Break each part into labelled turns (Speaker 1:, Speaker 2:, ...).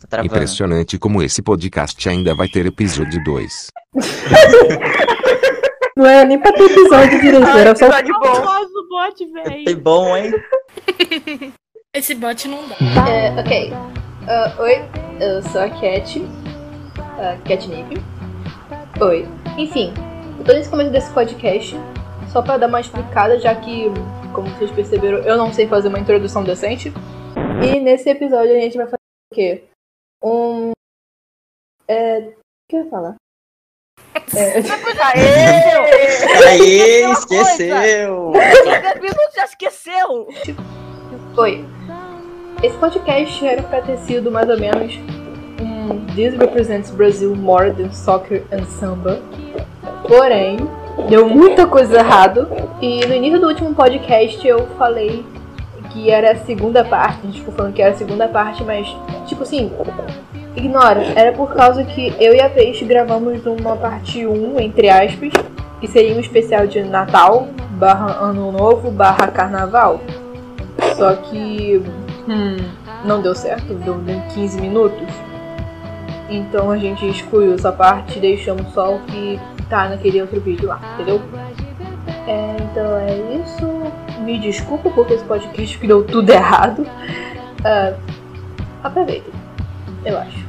Speaker 1: Tá travando.
Speaker 2: Impressionante como esse podcast ainda vai ter episódio 2.
Speaker 3: Não era nem pra ter episódio direito,
Speaker 4: Ah,
Speaker 3: era só.
Speaker 5: Episódio bom.
Speaker 4: Famoso bot,
Speaker 1: Que
Speaker 4: velho.
Speaker 1: bom, hein?
Speaker 6: Esse bot não dá.
Speaker 7: É, ok. Ah, oi, eu sou a Cat. A Catnip. Oi. Enfim, eu tô nesse começo desse podcast só pra dar uma explicada, já que, como vocês perceberam, eu não sei fazer uma introdução decente. E nesse episódio a gente vai fazer o quê? Um. É. O que eu ia falar? É,
Speaker 5: Aê!
Speaker 1: Aí,
Speaker 5: Esqueceu uma
Speaker 1: esqueceu!
Speaker 5: Cinco minutos, já esqueceu!
Speaker 7: Oi. Esse podcast era pra ter sido mais ou menos um This Represents Brazil More Than Soccer and Samba. Porém, deu muita coisa errado. E no início do último podcast eu falei que era a segunda parte. A gente ficou falando que era a segunda parte, mas tipo assim, ignora. Era por causa que eu e a Peixe gravamos uma parte 1, entre aspas, que seria um especial de Natal, barra Ano Novo, barra Carnaval. Só que hum, não deu certo, deu nem 15 minutos. Então a gente excluiu essa parte e deixamos só o que tá naquele outro vídeo lá, entendeu? É, então é isso. Me desculpa porque esse podcast que deu tudo errado. Ah, aproveitem, eu acho.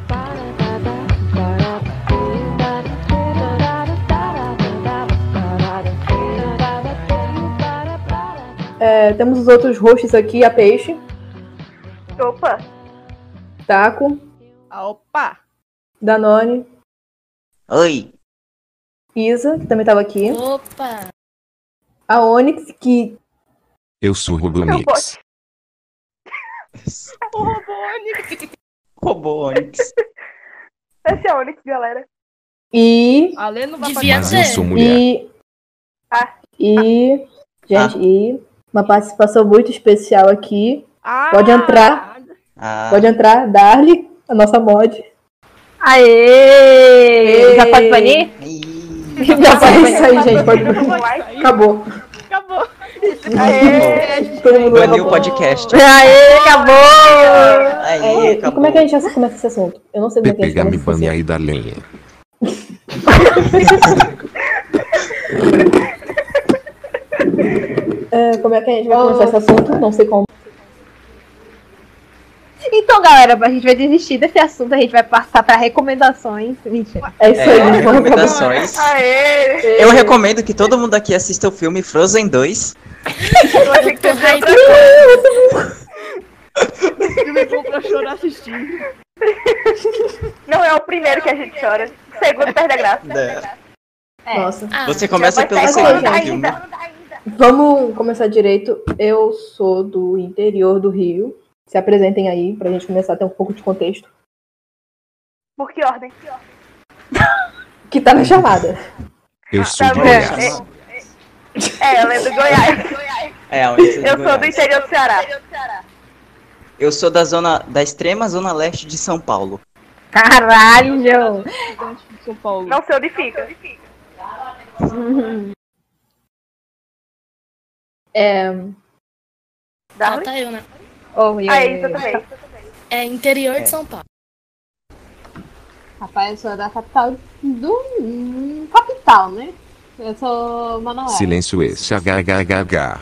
Speaker 7: É, temos os outros hosts aqui, a Peixe,
Speaker 5: Opa!
Speaker 7: Taco,
Speaker 5: Ah, Opa!
Speaker 7: Danone,
Speaker 1: Oi!
Speaker 7: Isa, que também tava aqui,
Speaker 6: Opa!
Speaker 7: a Onyx, que
Speaker 2: Eu sou
Speaker 5: Não pode.
Speaker 2: Rubonix.
Speaker 4: O Robônico.
Speaker 1: Robô Onix.
Speaker 5: Essa é a Onix, galera.
Speaker 7: e
Speaker 5: A Lê não vai
Speaker 6: Devia
Speaker 2: Mas
Speaker 6: ser.
Speaker 2: eu sou mulher.
Speaker 7: E.
Speaker 5: Ah.
Speaker 7: E. Gente, e. Uma participação muito especial aqui.
Speaker 5: Ah,
Speaker 7: Pode entrar.
Speaker 1: Ah,
Speaker 7: Pode entrar, Darly, a nossa mod.
Speaker 3: Aê! Já pode banir?
Speaker 1: ih,
Speaker 7: Já foi isso aí, gente. Pode...
Speaker 5: Acabou, vai.
Speaker 7: Acabou.
Speaker 4: Acabou.
Speaker 5: Aê!
Speaker 7: Todo mundo
Speaker 1: Baniu o
Speaker 7: acabou.
Speaker 1: podcast.
Speaker 4: É,
Speaker 3: Aê, acabou!
Speaker 1: Aí,
Speaker 7: É, e
Speaker 1: acabou.
Speaker 7: como é que a gente já começa esse assunto? Eu não sei como é que a gente
Speaker 2: Pepe
Speaker 7: começa
Speaker 2: me
Speaker 7: esse assunto.
Speaker 2: bane aí da lenha.
Speaker 7: É, como é que a gente vai começar esse assunto? Não sei como.
Speaker 3: Então, galera, a gente vai desistir desse assunto, a gente vai passar pra recomendações. Mentira.
Speaker 7: É isso
Speaker 1: É,
Speaker 7: aí, gente. Vamos acabar.
Speaker 1: recomendações.
Speaker 5: Aê!
Speaker 1: Eu recomendo que todo mundo aqui assista o filme Frozen 2.
Speaker 5: Eu achei que
Speaker 6: Tô
Speaker 5: você
Speaker 6: hype.
Speaker 4: Filme bom pra chorar assim, assistir.
Speaker 5: não é o primeiro que a gente chora. O segundo perde a graça.
Speaker 1: Da-
Speaker 3: É.
Speaker 7: Nossa.
Speaker 6: Ah,
Speaker 1: Você começa
Speaker 5: Vai
Speaker 1: pelo
Speaker 5: sair
Speaker 1: segundo
Speaker 5: quando
Speaker 1: filme.
Speaker 5: ainda.
Speaker 7: Vamos começar direito. Eu sou do interior do Rio. Se apresentem aí pra gente começar a ter um pouco de contexto.
Speaker 5: Por que ordem?
Speaker 7: Que tá na chamada.
Speaker 2: Eu sou
Speaker 5: tá
Speaker 2: de
Speaker 5: bom.
Speaker 2: Goiás.
Speaker 5: É, ela é do Goiás.
Speaker 1: É, a Onix é do
Speaker 5: Eu sou do
Speaker 1: Goiás.
Speaker 5: interior do Ceará.
Speaker 1: Eu sou da zona da extrema zona leste de São Paulo.
Speaker 3: Caralho, João.
Speaker 4: São Paulo.
Speaker 5: Não sei onde fica.
Speaker 7: É.
Speaker 5: Darwin?
Speaker 6: tá eu, né?
Speaker 3: Oh, eu,
Speaker 5: Ah, isso eu também.
Speaker 6: É interior de São Paulo.
Speaker 3: Rapaz, eu sou da capital do. Capital, né? Eu sou Manoel.
Speaker 2: Silêncio esse HHHH.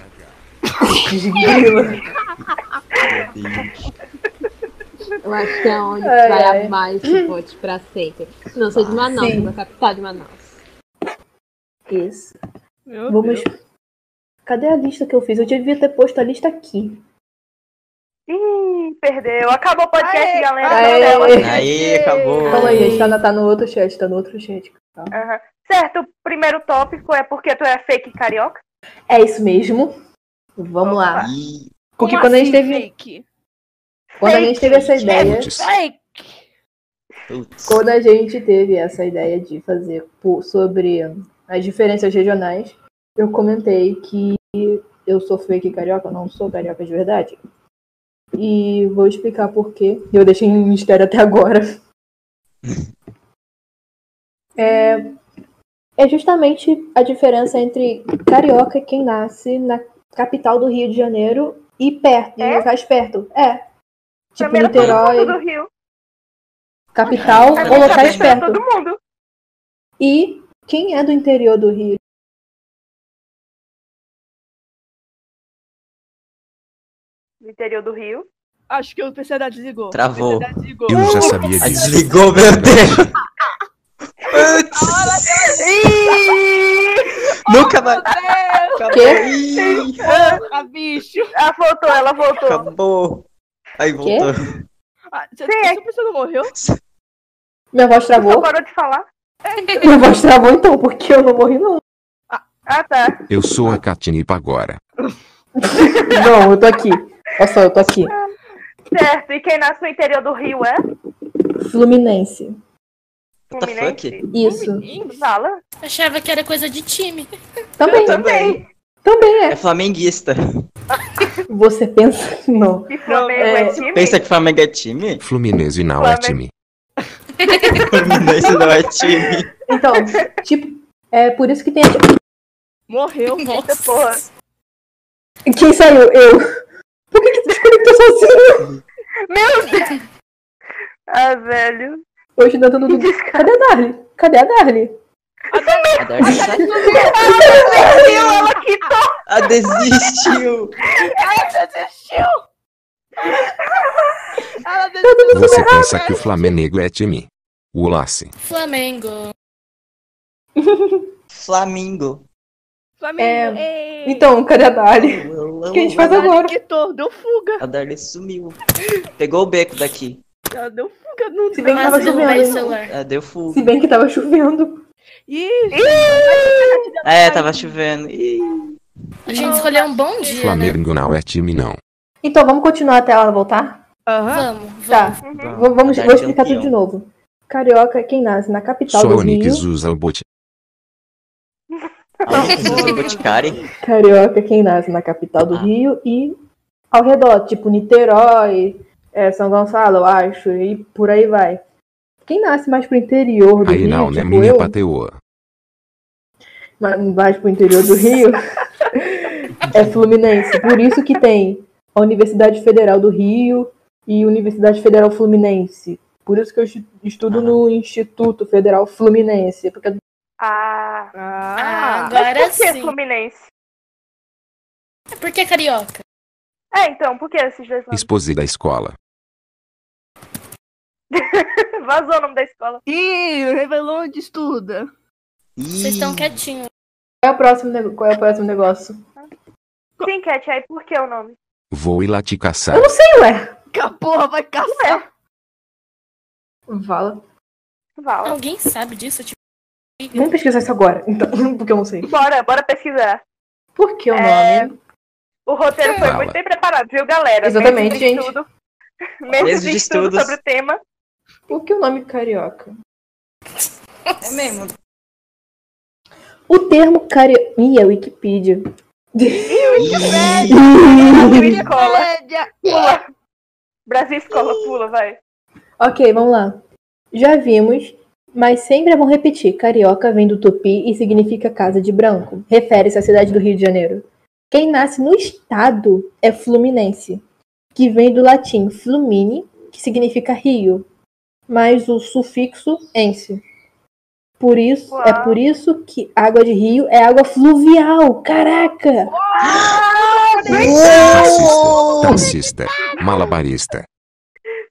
Speaker 3: Eu acho que é onde
Speaker 7: Ai,
Speaker 3: vai
Speaker 7: ai.
Speaker 3: a mais vote pra sempre. Não, sou de Manaus,
Speaker 7: Sim.
Speaker 3: sou da capital de Manaus.
Speaker 7: Isso.
Speaker 4: Meu
Speaker 7: Vamos.
Speaker 4: Deus.
Speaker 7: Cadê a lista que eu fiz? Eu devia ter posto a lista aqui.
Speaker 5: Ih, perdeu. Acabou o podcast,
Speaker 4: Aê,
Speaker 5: galera.
Speaker 7: aê.
Speaker 5: Não, não, não.
Speaker 1: Aí, acabou.
Speaker 7: Calma aí, gente. Tá, na- tá no outro chat, tá no outro chat.
Speaker 5: Aham. Certo, o primeiro tópico é porque tu é fake carioca.
Speaker 7: É isso mesmo. Vamos lá.
Speaker 1: Ih,
Speaker 7: Porque
Speaker 4: Como
Speaker 7: quando a gente
Speaker 4: assim,
Speaker 7: teve,
Speaker 4: fake?
Speaker 7: quando a gente é teve essa ideia,
Speaker 2: Putz.
Speaker 4: Fake.
Speaker 1: putz.
Speaker 7: quando a gente teve essa ideia de fazer po- sobre as diferenças regionais, eu comentei que eu sou fake carioca, eu não sou carioca de verdade. E vou explicar por quê. Eu deixei em mistério até agora. É, é justamente a diferença entre carioca, quem nasce na capital do Rio de Janeiro, e perto, em
Speaker 5: É?
Speaker 7: locais perto. É. Tipo,
Speaker 5: Primeiro todo
Speaker 7: Niterói.
Speaker 5: mundo do Rio.
Speaker 7: Capital
Speaker 5: Mas
Speaker 7: ou
Speaker 5: eu
Speaker 7: locais
Speaker 5: cabeça de
Speaker 7: perto.
Speaker 5: todo mundo.
Speaker 7: E quem é do interior do Rio?
Speaker 5: No interior do Rio.
Speaker 4: Acho que o PCD desligou.
Speaker 1: Travou.
Speaker 4: O PCD desligou.
Speaker 2: Eu já sabia disso.
Speaker 1: Desligou, meu Deus! Putz,
Speaker 5: Ih!
Speaker 1: nunca mais.
Speaker 7: Quê?
Speaker 1: Ih,
Speaker 4: Ah, bicho.
Speaker 5: Ela voltou, ela voltou.
Speaker 1: Acabou. Aí voltou.
Speaker 4: Ah, você
Speaker 5: Sim, é-
Speaker 4: você pensou que morreu?
Speaker 7: Minha voz
Speaker 5: Só
Speaker 7: travou?
Speaker 5: parou de falar.
Speaker 7: Minha voz travou então, porque eu não morri não.
Speaker 5: Ah, tá.
Speaker 2: Eu sou a Catinipa agora.
Speaker 7: Não, eu tô aqui. Olha só, eu tô aqui.
Speaker 5: Certo. E quem nasce no interior do Rio é?
Speaker 7: Fluminense.
Speaker 1: What the
Speaker 5: Fluminense.
Speaker 7: Isso.
Speaker 5: Fala.
Speaker 6: Achava que era coisa de time.
Speaker 7: Também,
Speaker 1: Também.
Speaker 7: também é.
Speaker 1: É flamenguista.
Speaker 7: Você pensa que não.
Speaker 5: E Flamengo
Speaker 7: Não,
Speaker 5: é,
Speaker 7: é-
Speaker 5: time?
Speaker 1: Pensa que Flamengo é time?
Speaker 2: Fluminense não é time.
Speaker 1: Fluminense não é time.
Speaker 7: Então, tipo, é por isso que tem a tipo,
Speaker 4: Morreu.
Speaker 6: Nossa.
Speaker 5: porra.
Speaker 7: Quem saiu? Eu. Por que que tu desconectou sozinho?
Speaker 5: Ah, velho.
Speaker 7: Hoje dando tudo. Cadê a Darly? Cadê a Darly?
Speaker 1: A Darcy saiu.
Speaker 5: Ela quitou.
Speaker 1: Ah, desistiu.
Speaker 4: Ela desligou.
Speaker 2: Você pensa que o Flamengo é time? O Lace.
Speaker 6: É, Flamengo.
Speaker 1: Flamengo.
Speaker 4: Flamengo. Ei.
Speaker 7: Então, cadê a Darly? O que a gente faz
Speaker 4: Ela
Speaker 7: agora?
Speaker 4: quitou, deu fuga.
Speaker 1: A Darley sumiu. Pegou o beco daqui.
Speaker 4: Ela deu fuga. Não
Speaker 7: Se
Speaker 4: deu.
Speaker 7: bem que tava
Speaker 6: Mas derrubei o
Speaker 7: chovendo. hein?
Speaker 6: celular.
Speaker 1: Ah, deu fuga.
Speaker 7: Se bem que tava chovendo.
Speaker 4: Ih,
Speaker 1: Ah, é, tava chovendo. Ih,
Speaker 6: A gente escolheu um bom dia, né?
Speaker 2: Flamengo não é time, não.
Speaker 7: Então, vamos continuar até ela voltar?
Speaker 4: aham.
Speaker 6: Vamos,
Speaker 7: Tá.
Speaker 6: vamos.
Speaker 1: vamos,
Speaker 7: Vou, vamos,
Speaker 1: a
Speaker 7: vou
Speaker 1: Darcy é um
Speaker 7: explicar tudo de
Speaker 1: peão.
Speaker 7: novo. Carioca é quem nasce na capital
Speaker 2: Sou
Speaker 7: do Rio.
Speaker 2: Onix usa o bote.
Speaker 1: Ah, Jesus, Boticário.
Speaker 7: Carioca é quem nasce na capital do
Speaker 1: Ah.
Speaker 7: Rio e ao redor, tipo Niterói, é, São Gonçalo, eu acho, e por aí vai. Quem nasce mais pro interior do
Speaker 2: Aí
Speaker 7: Rio,
Speaker 2: não, né?
Speaker 7: tipo
Speaker 2: Minha
Speaker 7: eu,
Speaker 2: pateoa.
Speaker 7: mas mais pro interior do Rio, é Fluminense. Por isso que tem a Universidade Federal do Rio e Universidade Federal Fluminense. Por isso que eu estu- estudo
Speaker 1: Ah.
Speaker 7: no Instituto Federal Fluminense, porque
Speaker 5: Ah.
Speaker 6: Ah,
Speaker 4: Ah,
Speaker 5: Mas
Speaker 6: agora
Speaker 5: por que
Speaker 6: sim.
Speaker 5: Fluminense?
Speaker 6: Por que é carioca?
Speaker 5: É, então, por que esses dois nomes?
Speaker 2: Esposa da escola.
Speaker 5: Vazou o nome da escola.
Speaker 4: Ih, revelou onde estuda.
Speaker 6: Vocês
Speaker 1: Ih,
Speaker 6: estão quietinhos.
Speaker 7: qual é o próximo, nego- qual é o próximo negócio?
Speaker 5: Sim, Cat, aí por que o nome?
Speaker 2: Vou ir lá te caçar.
Speaker 7: Eu não sei, ué.
Speaker 4: Que a porra vai caçar.
Speaker 7: Fala.
Speaker 5: Vala.
Speaker 6: Alguém sabe disso? Tipo,
Speaker 7: Vamos pesquisar isso agora, então, porque eu não sei.
Speaker 5: Bora, bora pesquisar.
Speaker 7: Por que o
Speaker 5: É,
Speaker 7: nome?
Speaker 5: O roteiro foi
Speaker 2: Fala.
Speaker 5: muito bem preparado, viu, galera?
Speaker 7: Exatamente,
Speaker 5: Meses de
Speaker 7: gente.
Speaker 5: Estudo, meses
Speaker 1: Meses
Speaker 5: de
Speaker 1: de
Speaker 5: estudo
Speaker 1: estudos.
Speaker 5: sobre o tema.
Speaker 7: Por que o nome carioca?
Speaker 1: É mesmo.
Speaker 7: O termo carioca. Ih, é Wikipedia.
Speaker 1: Ih,
Speaker 5: Brasil
Speaker 7: Ih.
Speaker 5: Escola,
Speaker 4: Média.
Speaker 5: pula. Brasil Escola, pula, vai.
Speaker 7: ok, vamos lá. Já vimos, mas sempre é bom repetir. Carioca vem do tupi e significa casa de branco. Refere-se à cidade do Rio de Janeiro. Quem nasce no estado é fluminense, que vem do latim flumine, que significa rio, mais o sufixo ense. Por isso, é
Speaker 5: Uau.
Speaker 7: por isso que água de rio é água fluvial. Caraca!
Speaker 2: Taxista. Taxista. Malabarista.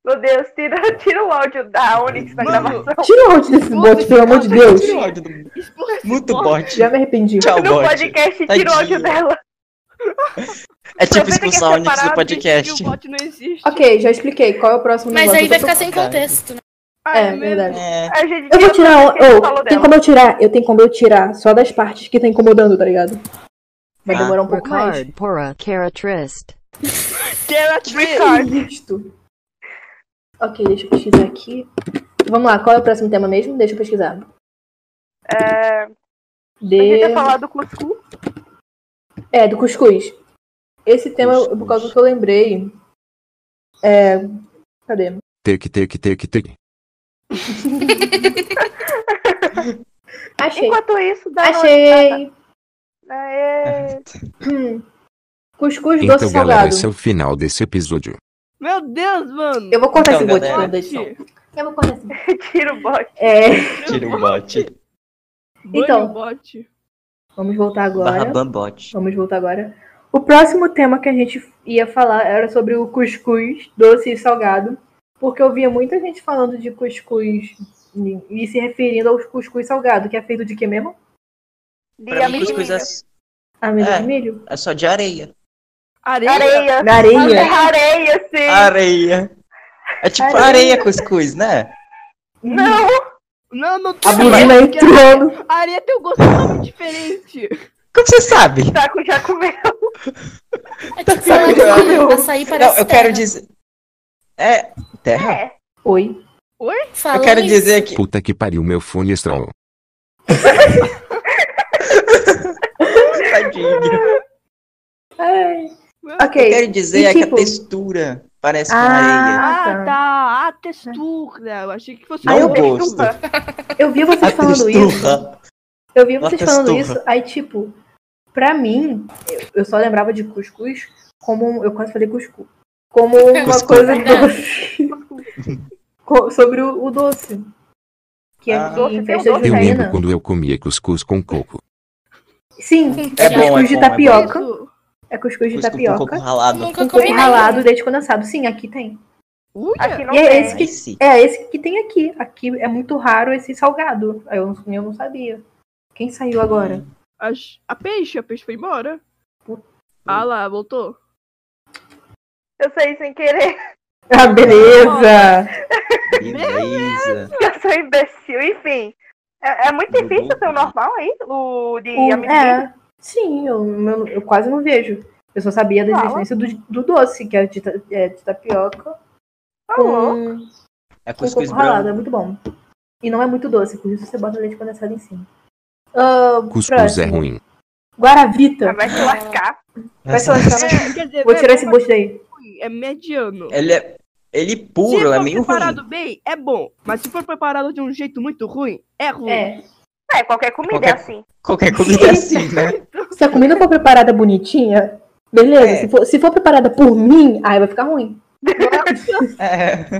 Speaker 5: Meu Deus, tira, tira o áudio da Onix na
Speaker 4: Mano.
Speaker 5: gravação.
Speaker 7: Tira onde desse bote, pelo amor de Deus.
Speaker 1: que ódio do-
Speaker 4: Expulsa esse
Speaker 1: Muito
Speaker 4: bote.
Speaker 1: bote.
Speaker 7: Já me arrependi.
Speaker 1: Tchau,
Speaker 5: No
Speaker 1: bote.
Speaker 5: podcast, tira o áudio
Speaker 1: Tadinha.
Speaker 5: dela.
Speaker 1: É tipo
Speaker 5: Aproveita que é
Speaker 1: expulsar o Onix do
Speaker 5: separado,
Speaker 4: E
Speaker 1: podcast.
Speaker 4: o bote não existe.
Speaker 7: Ok, já expliquei. Qual é o próximo
Speaker 6: mas
Speaker 7: negócio?
Speaker 6: aí vai
Speaker 7: Eu tô-
Speaker 6: ficar sem
Speaker 1: cara.
Speaker 6: contexto, né?
Speaker 4: Ai,
Speaker 7: É,
Speaker 4: meu
Speaker 7: verdade.
Speaker 1: É,
Speaker 5: A gente
Speaker 7: Eu vou
Speaker 5: tira
Speaker 7: tirar.
Speaker 5: o podcast
Speaker 7: Ou,
Speaker 5: que falou
Speaker 7: tem
Speaker 5: dela.
Speaker 7: como eu tirar? Eu tenho como eu tirar só das partes que tá incomodando, tá ligado? Vai
Speaker 1: Ah.
Speaker 7: demorar um pouco mais.
Speaker 8: Ricard Pora Caratrist.
Speaker 4: Deus.
Speaker 7: Isto. Ok, deixa eu pesquisar aqui. Vamos lá, qual é o próximo tema mesmo? Deixa eu pesquisar.
Speaker 5: É, a gente ia
Speaker 7: De...
Speaker 5: falar do cuscuz.
Speaker 7: É, do cuscuz. Esse tema, eu- por causa que eu lembrei. É. Cadê?
Speaker 2: Take, take, take, take.
Speaker 7: Achei.
Speaker 5: Enquanto tá isso, dá né?
Speaker 7: Achei.
Speaker 5: Aê.
Speaker 7: Hum. Cuscuz doce
Speaker 2: Então, galera,
Speaker 7: salgado.
Speaker 2: esse é o final desse episódio.
Speaker 4: Meu Deus, mano.
Speaker 7: Eu vou cortar
Speaker 1: Então,
Speaker 7: esse bote
Speaker 1: galera,
Speaker 7: da edição. Eu vou correr assim.
Speaker 5: Tira o bote.
Speaker 7: É,
Speaker 1: Tira o bote.
Speaker 7: Então.
Speaker 4: Banho bote.
Speaker 7: vamos voltar
Speaker 1: Barra
Speaker 7: agora.
Speaker 1: bambote.
Speaker 7: Vamos voltar agora. O próximo tema que a gente ia falar era sobre o cuscuz doce e salgado, porque eu via muita gente falando de cuscuz e- e se referindo aos cuscuz salgado, que é feito de quê mesmo?
Speaker 5: De
Speaker 1: Pra mim,
Speaker 5: amigo.
Speaker 1: cuscuz é,
Speaker 7: Amido
Speaker 1: É.
Speaker 7: de milho?
Speaker 1: é só de areia.
Speaker 4: Areia.
Speaker 5: Areia.
Speaker 7: Na areia?
Speaker 5: Areia, sim.
Speaker 1: Ah. Areia. É tipo
Speaker 7: Areia.
Speaker 1: areia cuscuz, né?
Speaker 5: Não,
Speaker 4: Não, não
Speaker 7: A
Speaker 4: tem.
Speaker 7: buzina
Speaker 4: areia, porque
Speaker 7: entrando.
Speaker 4: a areia tem um gosto totalmente diferente.
Speaker 1: Como você sabe?
Speaker 5: Saco já comeu.
Speaker 6: É
Speaker 7: Tá
Speaker 6: tipo falar que açaí parece
Speaker 1: Não, eu
Speaker 6: terra.
Speaker 1: quero dizer. É. Terra?
Speaker 7: Oi.
Speaker 1: Eu
Speaker 6: Falando
Speaker 1: quero
Speaker 6: isso,
Speaker 1: dizer que.
Speaker 2: Puta que pariu, meu fone estrou.
Speaker 1: Tadinho.
Speaker 7: Ai.
Speaker 1: Eu
Speaker 7: Ok.
Speaker 1: quero dizer
Speaker 7: E
Speaker 1: é que
Speaker 7: tipo-
Speaker 1: a texura parece com
Speaker 7: Ah.
Speaker 1: areia.
Speaker 4: Ah,
Speaker 7: tá.
Speaker 4: tá. A textura. Eu achei que fosse
Speaker 1: Não
Speaker 7: Aí eu
Speaker 1: o gosto. A
Speaker 7: tá. Eu vi vocês falando isso.
Speaker 1: textura.
Speaker 7: Eu vi vocês
Speaker 1: Nossa,
Speaker 7: falando
Speaker 1: esturra.
Speaker 7: isso, aí tipo, pra mim, eu- eu só lembrava de cuscuz como um- eu quase falei cuscuz, como uma
Speaker 1: Cuscuz. é
Speaker 7: coisa doce. Co- sobre o, o doce. Que é
Speaker 1: Ah.
Speaker 7: aqui em
Speaker 5: Doce, tem o
Speaker 7: festa
Speaker 5: doce
Speaker 2: Eu lembro
Speaker 7: junina.
Speaker 2: quando eu comia cuscuz com coco.
Speaker 7: Sim,
Speaker 1: É bom,
Speaker 7: cuscuz
Speaker 1: é bom,
Speaker 7: de
Speaker 1: é bom.
Speaker 7: tapioca.
Speaker 4: Isso.
Speaker 7: É cuscuz de
Speaker 1: Cuscuz com coco
Speaker 7: tapioca.
Speaker 1: ralado.
Speaker 6: Nunca
Speaker 7: Com
Speaker 6: comi nem.
Speaker 7: coco ralado, leite condensado. Sim, aqui tem.
Speaker 4: Uia.
Speaker 5: Aqui não
Speaker 7: E é
Speaker 5: tem.
Speaker 7: esse
Speaker 1: Aí
Speaker 7: que
Speaker 1: sim.
Speaker 7: é esse que tem aqui. Aqui é muito raro esse salgado. Aí Eu não, eu não sabia. Quem saiu agora?
Speaker 4: As- A peixe. A peixe foi embora.
Speaker 7: Puta.
Speaker 4: Ah lá, voltou.
Speaker 5: Eu saí sem querer.
Speaker 7: Ah, beleza.
Speaker 1: Beleza.
Speaker 5: Eu sou imbecil, enfim. É, é muito
Speaker 1: Jogou.
Speaker 5: difícil ter o normal aí, o de
Speaker 7: O-
Speaker 5: amigo.
Speaker 7: é, sim, eu, eu- eu quase não vejo. Eu só sabia da
Speaker 5: Fala.
Speaker 7: existência do, do doce, que é de, ta- é de tapioca
Speaker 5: Falou.
Speaker 7: com,
Speaker 1: É
Speaker 7: com
Speaker 1: cuscuz
Speaker 7: coco
Speaker 1: branco.
Speaker 7: ralado. É muito bom. E não é muito doce, por isso você bota leite condensado em cima. Ah,
Speaker 2: Cuscuz é
Speaker 7: próximo.
Speaker 2: ruim.
Speaker 5: Ah,
Speaker 7: Guaravita.
Speaker 5: Vai se lascar.
Speaker 7: Vai se lascar.
Speaker 4: É, quer dizer,
Speaker 7: Vou
Speaker 4: né,
Speaker 7: tirar esse
Speaker 4: é
Speaker 7: gosto daí.
Speaker 4: ruim, É mediano.
Speaker 1: Ele é. Ele
Speaker 4: se
Speaker 1: puro,
Speaker 4: for
Speaker 1: é meio ruim.
Speaker 4: preparado bem, é bom. Mas se for preparado de um jeito muito ruim, é ruim.
Speaker 7: É.
Speaker 5: É, qualquer comida
Speaker 1: Qualquer-
Speaker 5: é assim.
Speaker 1: Qualquer comida é assim, né?
Speaker 7: Se a comida for preparada bonitinha, beleza.
Speaker 1: É.
Speaker 7: Se, for, se for preparada por mim, aí vai ficar ruim.
Speaker 1: É.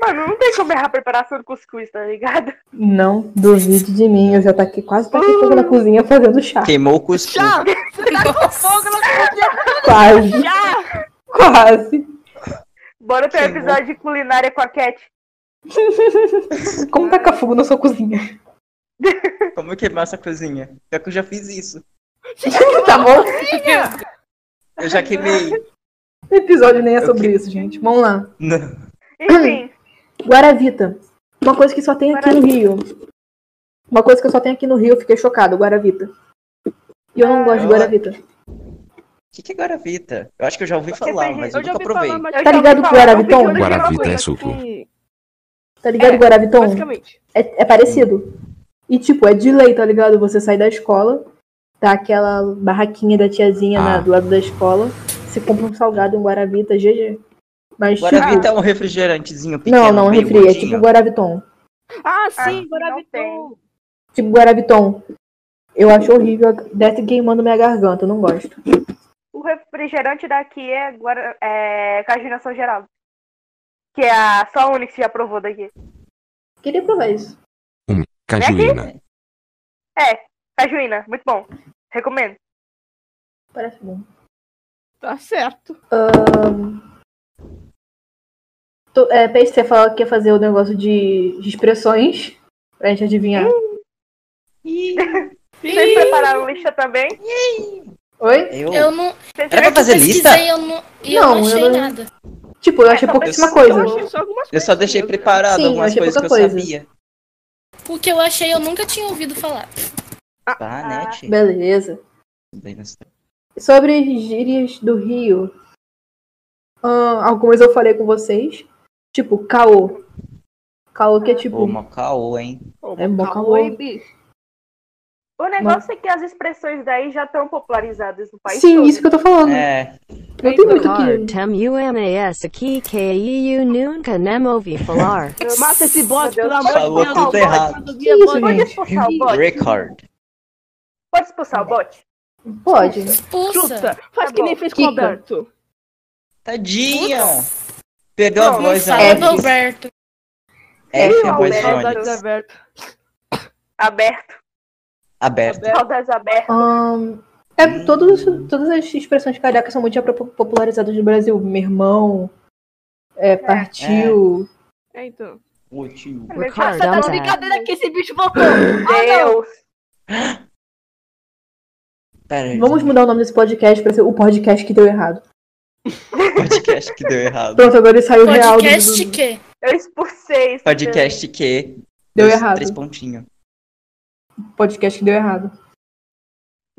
Speaker 5: Mano, não tem como errar a preparação do cuscuz, tá ligado?
Speaker 7: Não duvide de mim. Eu já tá aqui quase tá aqui fogo na cozinha fazendo chá.
Speaker 1: Queimou o cuscuz.
Speaker 4: Tchau!
Speaker 6: Nossa.
Speaker 7: Quase, quase.
Speaker 5: Bora ter um
Speaker 1: Queimou.
Speaker 5: episódio de culinária com a Cat.
Speaker 7: Como tacar fogo na sua cozinha?
Speaker 1: Como eu queimar essa cozinha? Pior que eu já fiz isso.
Speaker 7: tá bom?
Speaker 1: Eu já queimei.
Speaker 7: O episódio nem é
Speaker 1: Eu
Speaker 7: sobre
Speaker 1: que-
Speaker 7: isso, gente. Vamos lá.
Speaker 1: Não.
Speaker 5: Enfim,
Speaker 7: Guaravita. Uma coisa que só tem aqui no Rio. Uma coisa que eu só tenho aqui no Rio, eu fiquei chocado, Guaravita. E eu não gosto de
Speaker 1: eu-
Speaker 7: Guaravita.
Speaker 1: O que, que é Guaravita? Eu acho que eu já ouvi falar, mas eu,
Speaker 4: já
Speaker 1: nunca
Speaker 4: ouvi
Speaker 1: provei.
Speaker 4: falar, mas
Speaker 5: eu
Speaker 7: Tá
Speaker 5: já
Speaker 7: ligado
Speaker 5: ouvi
Speaker 7: pro
Speaker 5: falar,
Speaker 7: Guaraviton?
Speaker 5: eu vi que eu não
Speaker 2: Guaravita
Speaker 5: fui.
Speaker 2: é suco.
Speaker 4: Sim,
Speaker 7: Tá ligado,
Speaker 4: É,
Speaker 7: Guaraviton?
Speaker 4: assim, basicamente.
Speaker 7: É, é parecido. E tipo, é de lei, tá ligado? Você sai da escola, tá aquela barraquinha da tiazinha na-
Speaker 2: Ah.
Speaker 7: do lado da escola, você compra um salgado, um Guaravita, GG. Mas
Speaker 1: Guaravita
Speaker 7: tipo.
Speaker 1: é um refrigerantezinho pequeno.
Speaker 7: Não, não,
Speaker 1: meio
Speaker 7: refri, é
Speaker 1: gordinho.
Speaker 7: tipo Guaraviton.
Speaker 4: Ah,
Speaker 5: Ah,
Speaker 4: sim,
Speaker 5: não
Speaker 4: Guaraviton.
Speaker 7: Tipo Guaraviton. Eu acho horrível, desce queimando minha garganta, eu não gosto.
Speaker 5: O refrigerante daqui é, Guara... é Cajuna São Geraldo. Que é a só a única que já provou daqui.
Speaker 7: Queria provar isso. é
Speaker 2: Cajuína.
Speaker 5: É, Cajuína, muito bom. Recomendo.
Speaker 7: Parece bom.
Speaker 4: Tá certo.
Speaker 7: Tô, é, Peixe, você falou que ia fazer o negócio de, de expressões pra gente adivinhar.
Speaker 5: Vocês prepararam a lista também?
Speaker 7: Oi?
Speaker 1: Eu,
Speaker 6: Eu não.
Speaker 5: Vocês
Speaker 1: Era É pra fazer
Speaker 6: eu
Speaker 1: lista?
Speaker 6: pesquisei, Eu não, e eu
Speaker 7: Não,
Speaker 6: não
Speaker 7: eu
Speaker 6: achei
Speaker 7: não-
Speaker 6: nada.
Speaker 7: Tipo, eu achei
Speaker 5: só
Speaker 7: pouquíssima
Speaker 1: eu-
Speaker 7: coisa.
Speaker 4: Eu achei só algumas
Speaker 1: eu só deixei preparado
Speaker 7: Sim, eu
Speaker 1: algumas
Speaker 7: achei
Speaker 1: coisas que eu
Speaker 7: pouca coisa.
Speaker 1: sabia.
Speaker 6: O que eu achei, eu nunca tinha ouvido falar.
Speaker 1: Tá, né, tia?
Speaker 7: Beleza.
Speaker 1: Daí nós-
Speaker 7: Sobre gírias do Rio. ahn, algumas eu falei com vocês. Tipo, caô. Caô que é tipo.
Speaker 1: Ô, mó caô, hein?
Speaker 7: É mó caô.
Speaker 4: Oi, bicho.
Speaker 5: O negócio é que as expressões daí já estão popularizadas no país
Speaker 7: Sim,
Speaker 5: todo.
Speaker 7: isso que eu tô falando.
Speaker 1: É,
Speaker 7: Não tem muito que.
Speaker 8: Falar tem umas aqui que eu nunca nem ouvi falar.
Speaker 4: Mata esse
Speaker 5: Meu
Speaker 4: bot,
Speaker 5: Deus,
Speaker 4: pelo amor de
Speaker 1: falou
Speaker 4: Deus.
Speaker 1: tudo errado.
Speaker 7: Que isso,
Speaker 5: Pode
Speaker 7: gente?
Speaker 5: expulsar o bot?
Speaker 1: record.
Speaker 5: Pode expulsar o bot?
Speaker 7: Pode.
Speaker 6: Expulsa.
Speaker 4: Chuta. Faz
Speaker 5: Tá
Speaker 4: que
Speaker 5: bom.
Speaker 4: nem fez com o
Speaker 7: Kika.
Speaker 4: Alberto.
Speaker 1: Tadinho! Perdeu a
Speaker 5: Não,
Speaker 1: voz,
Speaker 6: Fala
Speaker 7: É,
Speaker 1: né?
Speaker 6: do Alberto.
Speaker 1: F é
Speaker 5: Meu,
Speaker 1: voz de
Speaker 5: Alberto.
Speaker 4: Saudades
Speaker 1: ônibus.
Speaker 4: aberto.
Speaker 5: Aberto.
Speaker 1: Aberto.
Speaker 5: Saudades abertas.
Speaker 7: Ahn, é, todos, todas as expressões cariocas são muito apro- popularizadas no Brasil. Meu irmão, é, partiu.
Speaker 4: É, então.
Speaker 1: Útil.
Speaker 9: Nossa,
Speaker 8: Ricardo,
Speaker 9: tá
Speaker 8: Dá.
Speaker 9: de brincadeira que esse bicho voltou.
Speaker 7: né,
Speaker 9: Ah, não.
Speaker 5: Deus.
Speaker 1: Pera aí.
Speaker 7: Vamos mudar o nome desse podcast pra ser o podcast que deu errado.
Speaker 1: Podcast que deu errado.
Speaker 7: Pronto, agora saiu o real. do-
Speaker 6: Podcast
Speaker 7: do-
Speaker 6: que?
Speaker 5: Eu expulsei esse
Speaker 1: Podcast que.
Speaker 7: Deu
Speaker 1: dois-
Speaker 7: errado.
Speaker 1: Três pontinhos.
Speaker 7: Podcast que deu errado.
Speaker 5: dano.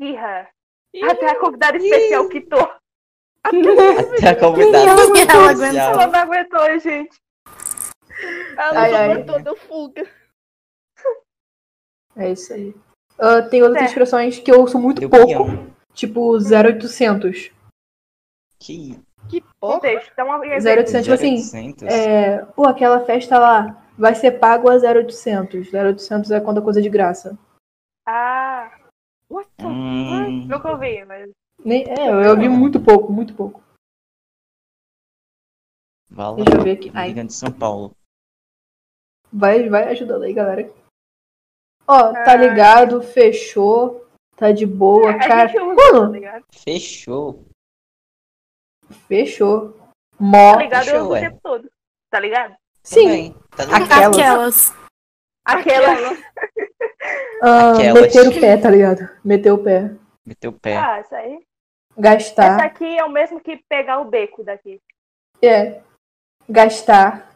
Speaker 5: Irra. Até a convidada especial quitou.
Speaker 1: Até a convidada
Speaker 6: Ela
Speaker 1: especial.
Speaker 7: um
Speaker 5: Ela não aguentou, gente.
Speaker 4: Ela
Speaker 7: Ai,
Speaker 4: ai,
Speaker 7: ai.
Speaker 4: deu fuga.
Speaker 7: É isso aí. Ah, tem outras
Speaker 5: É.
Speaker 7: expressões que eu ouço muito
Speaker 1: Deu
Speaker 7: pouco,
Speaker 1: pião.
Speaker 7: tipo 0800.
Speaker 1: Que
Speaker 4: Que porra.
Speaker 5: Contexto. Dá uma...
Speaker 7: 0800, tipo assim,
Speaker 1: 0800?
Speaker 7: é, pô, aquela festa lá vai ser pago a 0800. 0800 é quando a coisa é de graça.
Speaker 5: Ah,
Speaker 4: What the
Speaker 1: Hum,
Speaker 5: nunca ouvi, mas...
Speaker 7: Nem, é, eu vi muito pouco, muito pouco.
Speaker 1: vai lá.
Speaker 7: Deixa eu ver aqui. Ai,
Speaker 1: Liga de São Paulo.
Speaker 7: vai, vai ajudando aí, galera. Ó, tá ligado, fechou, tá de boa,
Speaker 5: A
Speaker 7: cara.
Speaker 5: gente usa, tá
Speaker 7: Mano,
Speaker 5: ligado?
Speaker 1: Fechou. Tá
Speaker 7: fechou.
Speaker 5: Tá
Speaker 7: Mó.
Speaker 5: ligado? Eu
Speaker 1: Fechou,
Speaker 5: uso o
Speaker 1: ué.
Speaker 5: tempo todo. Tá ligado?
Speaker 7: Sim,
Speaker 1: Também. Tá ligado?
Speaker 7: aquelas.
Speaker 6: Aquelas.
Speaker 5: Aquela...
Speaker 7: Ah,
Speaker 1: Aquelas.
Speaker 7: meter o pé, tá ligado? Meter o pé.
Speaker 1: Meteu o pé.
Speaker 5: Ah, isso aí. Essa
Speaker 7: Gastar.
Speaker 5: aqui é o mesmo que pegar o beco daqui.
Speaker 7: É. Gastar.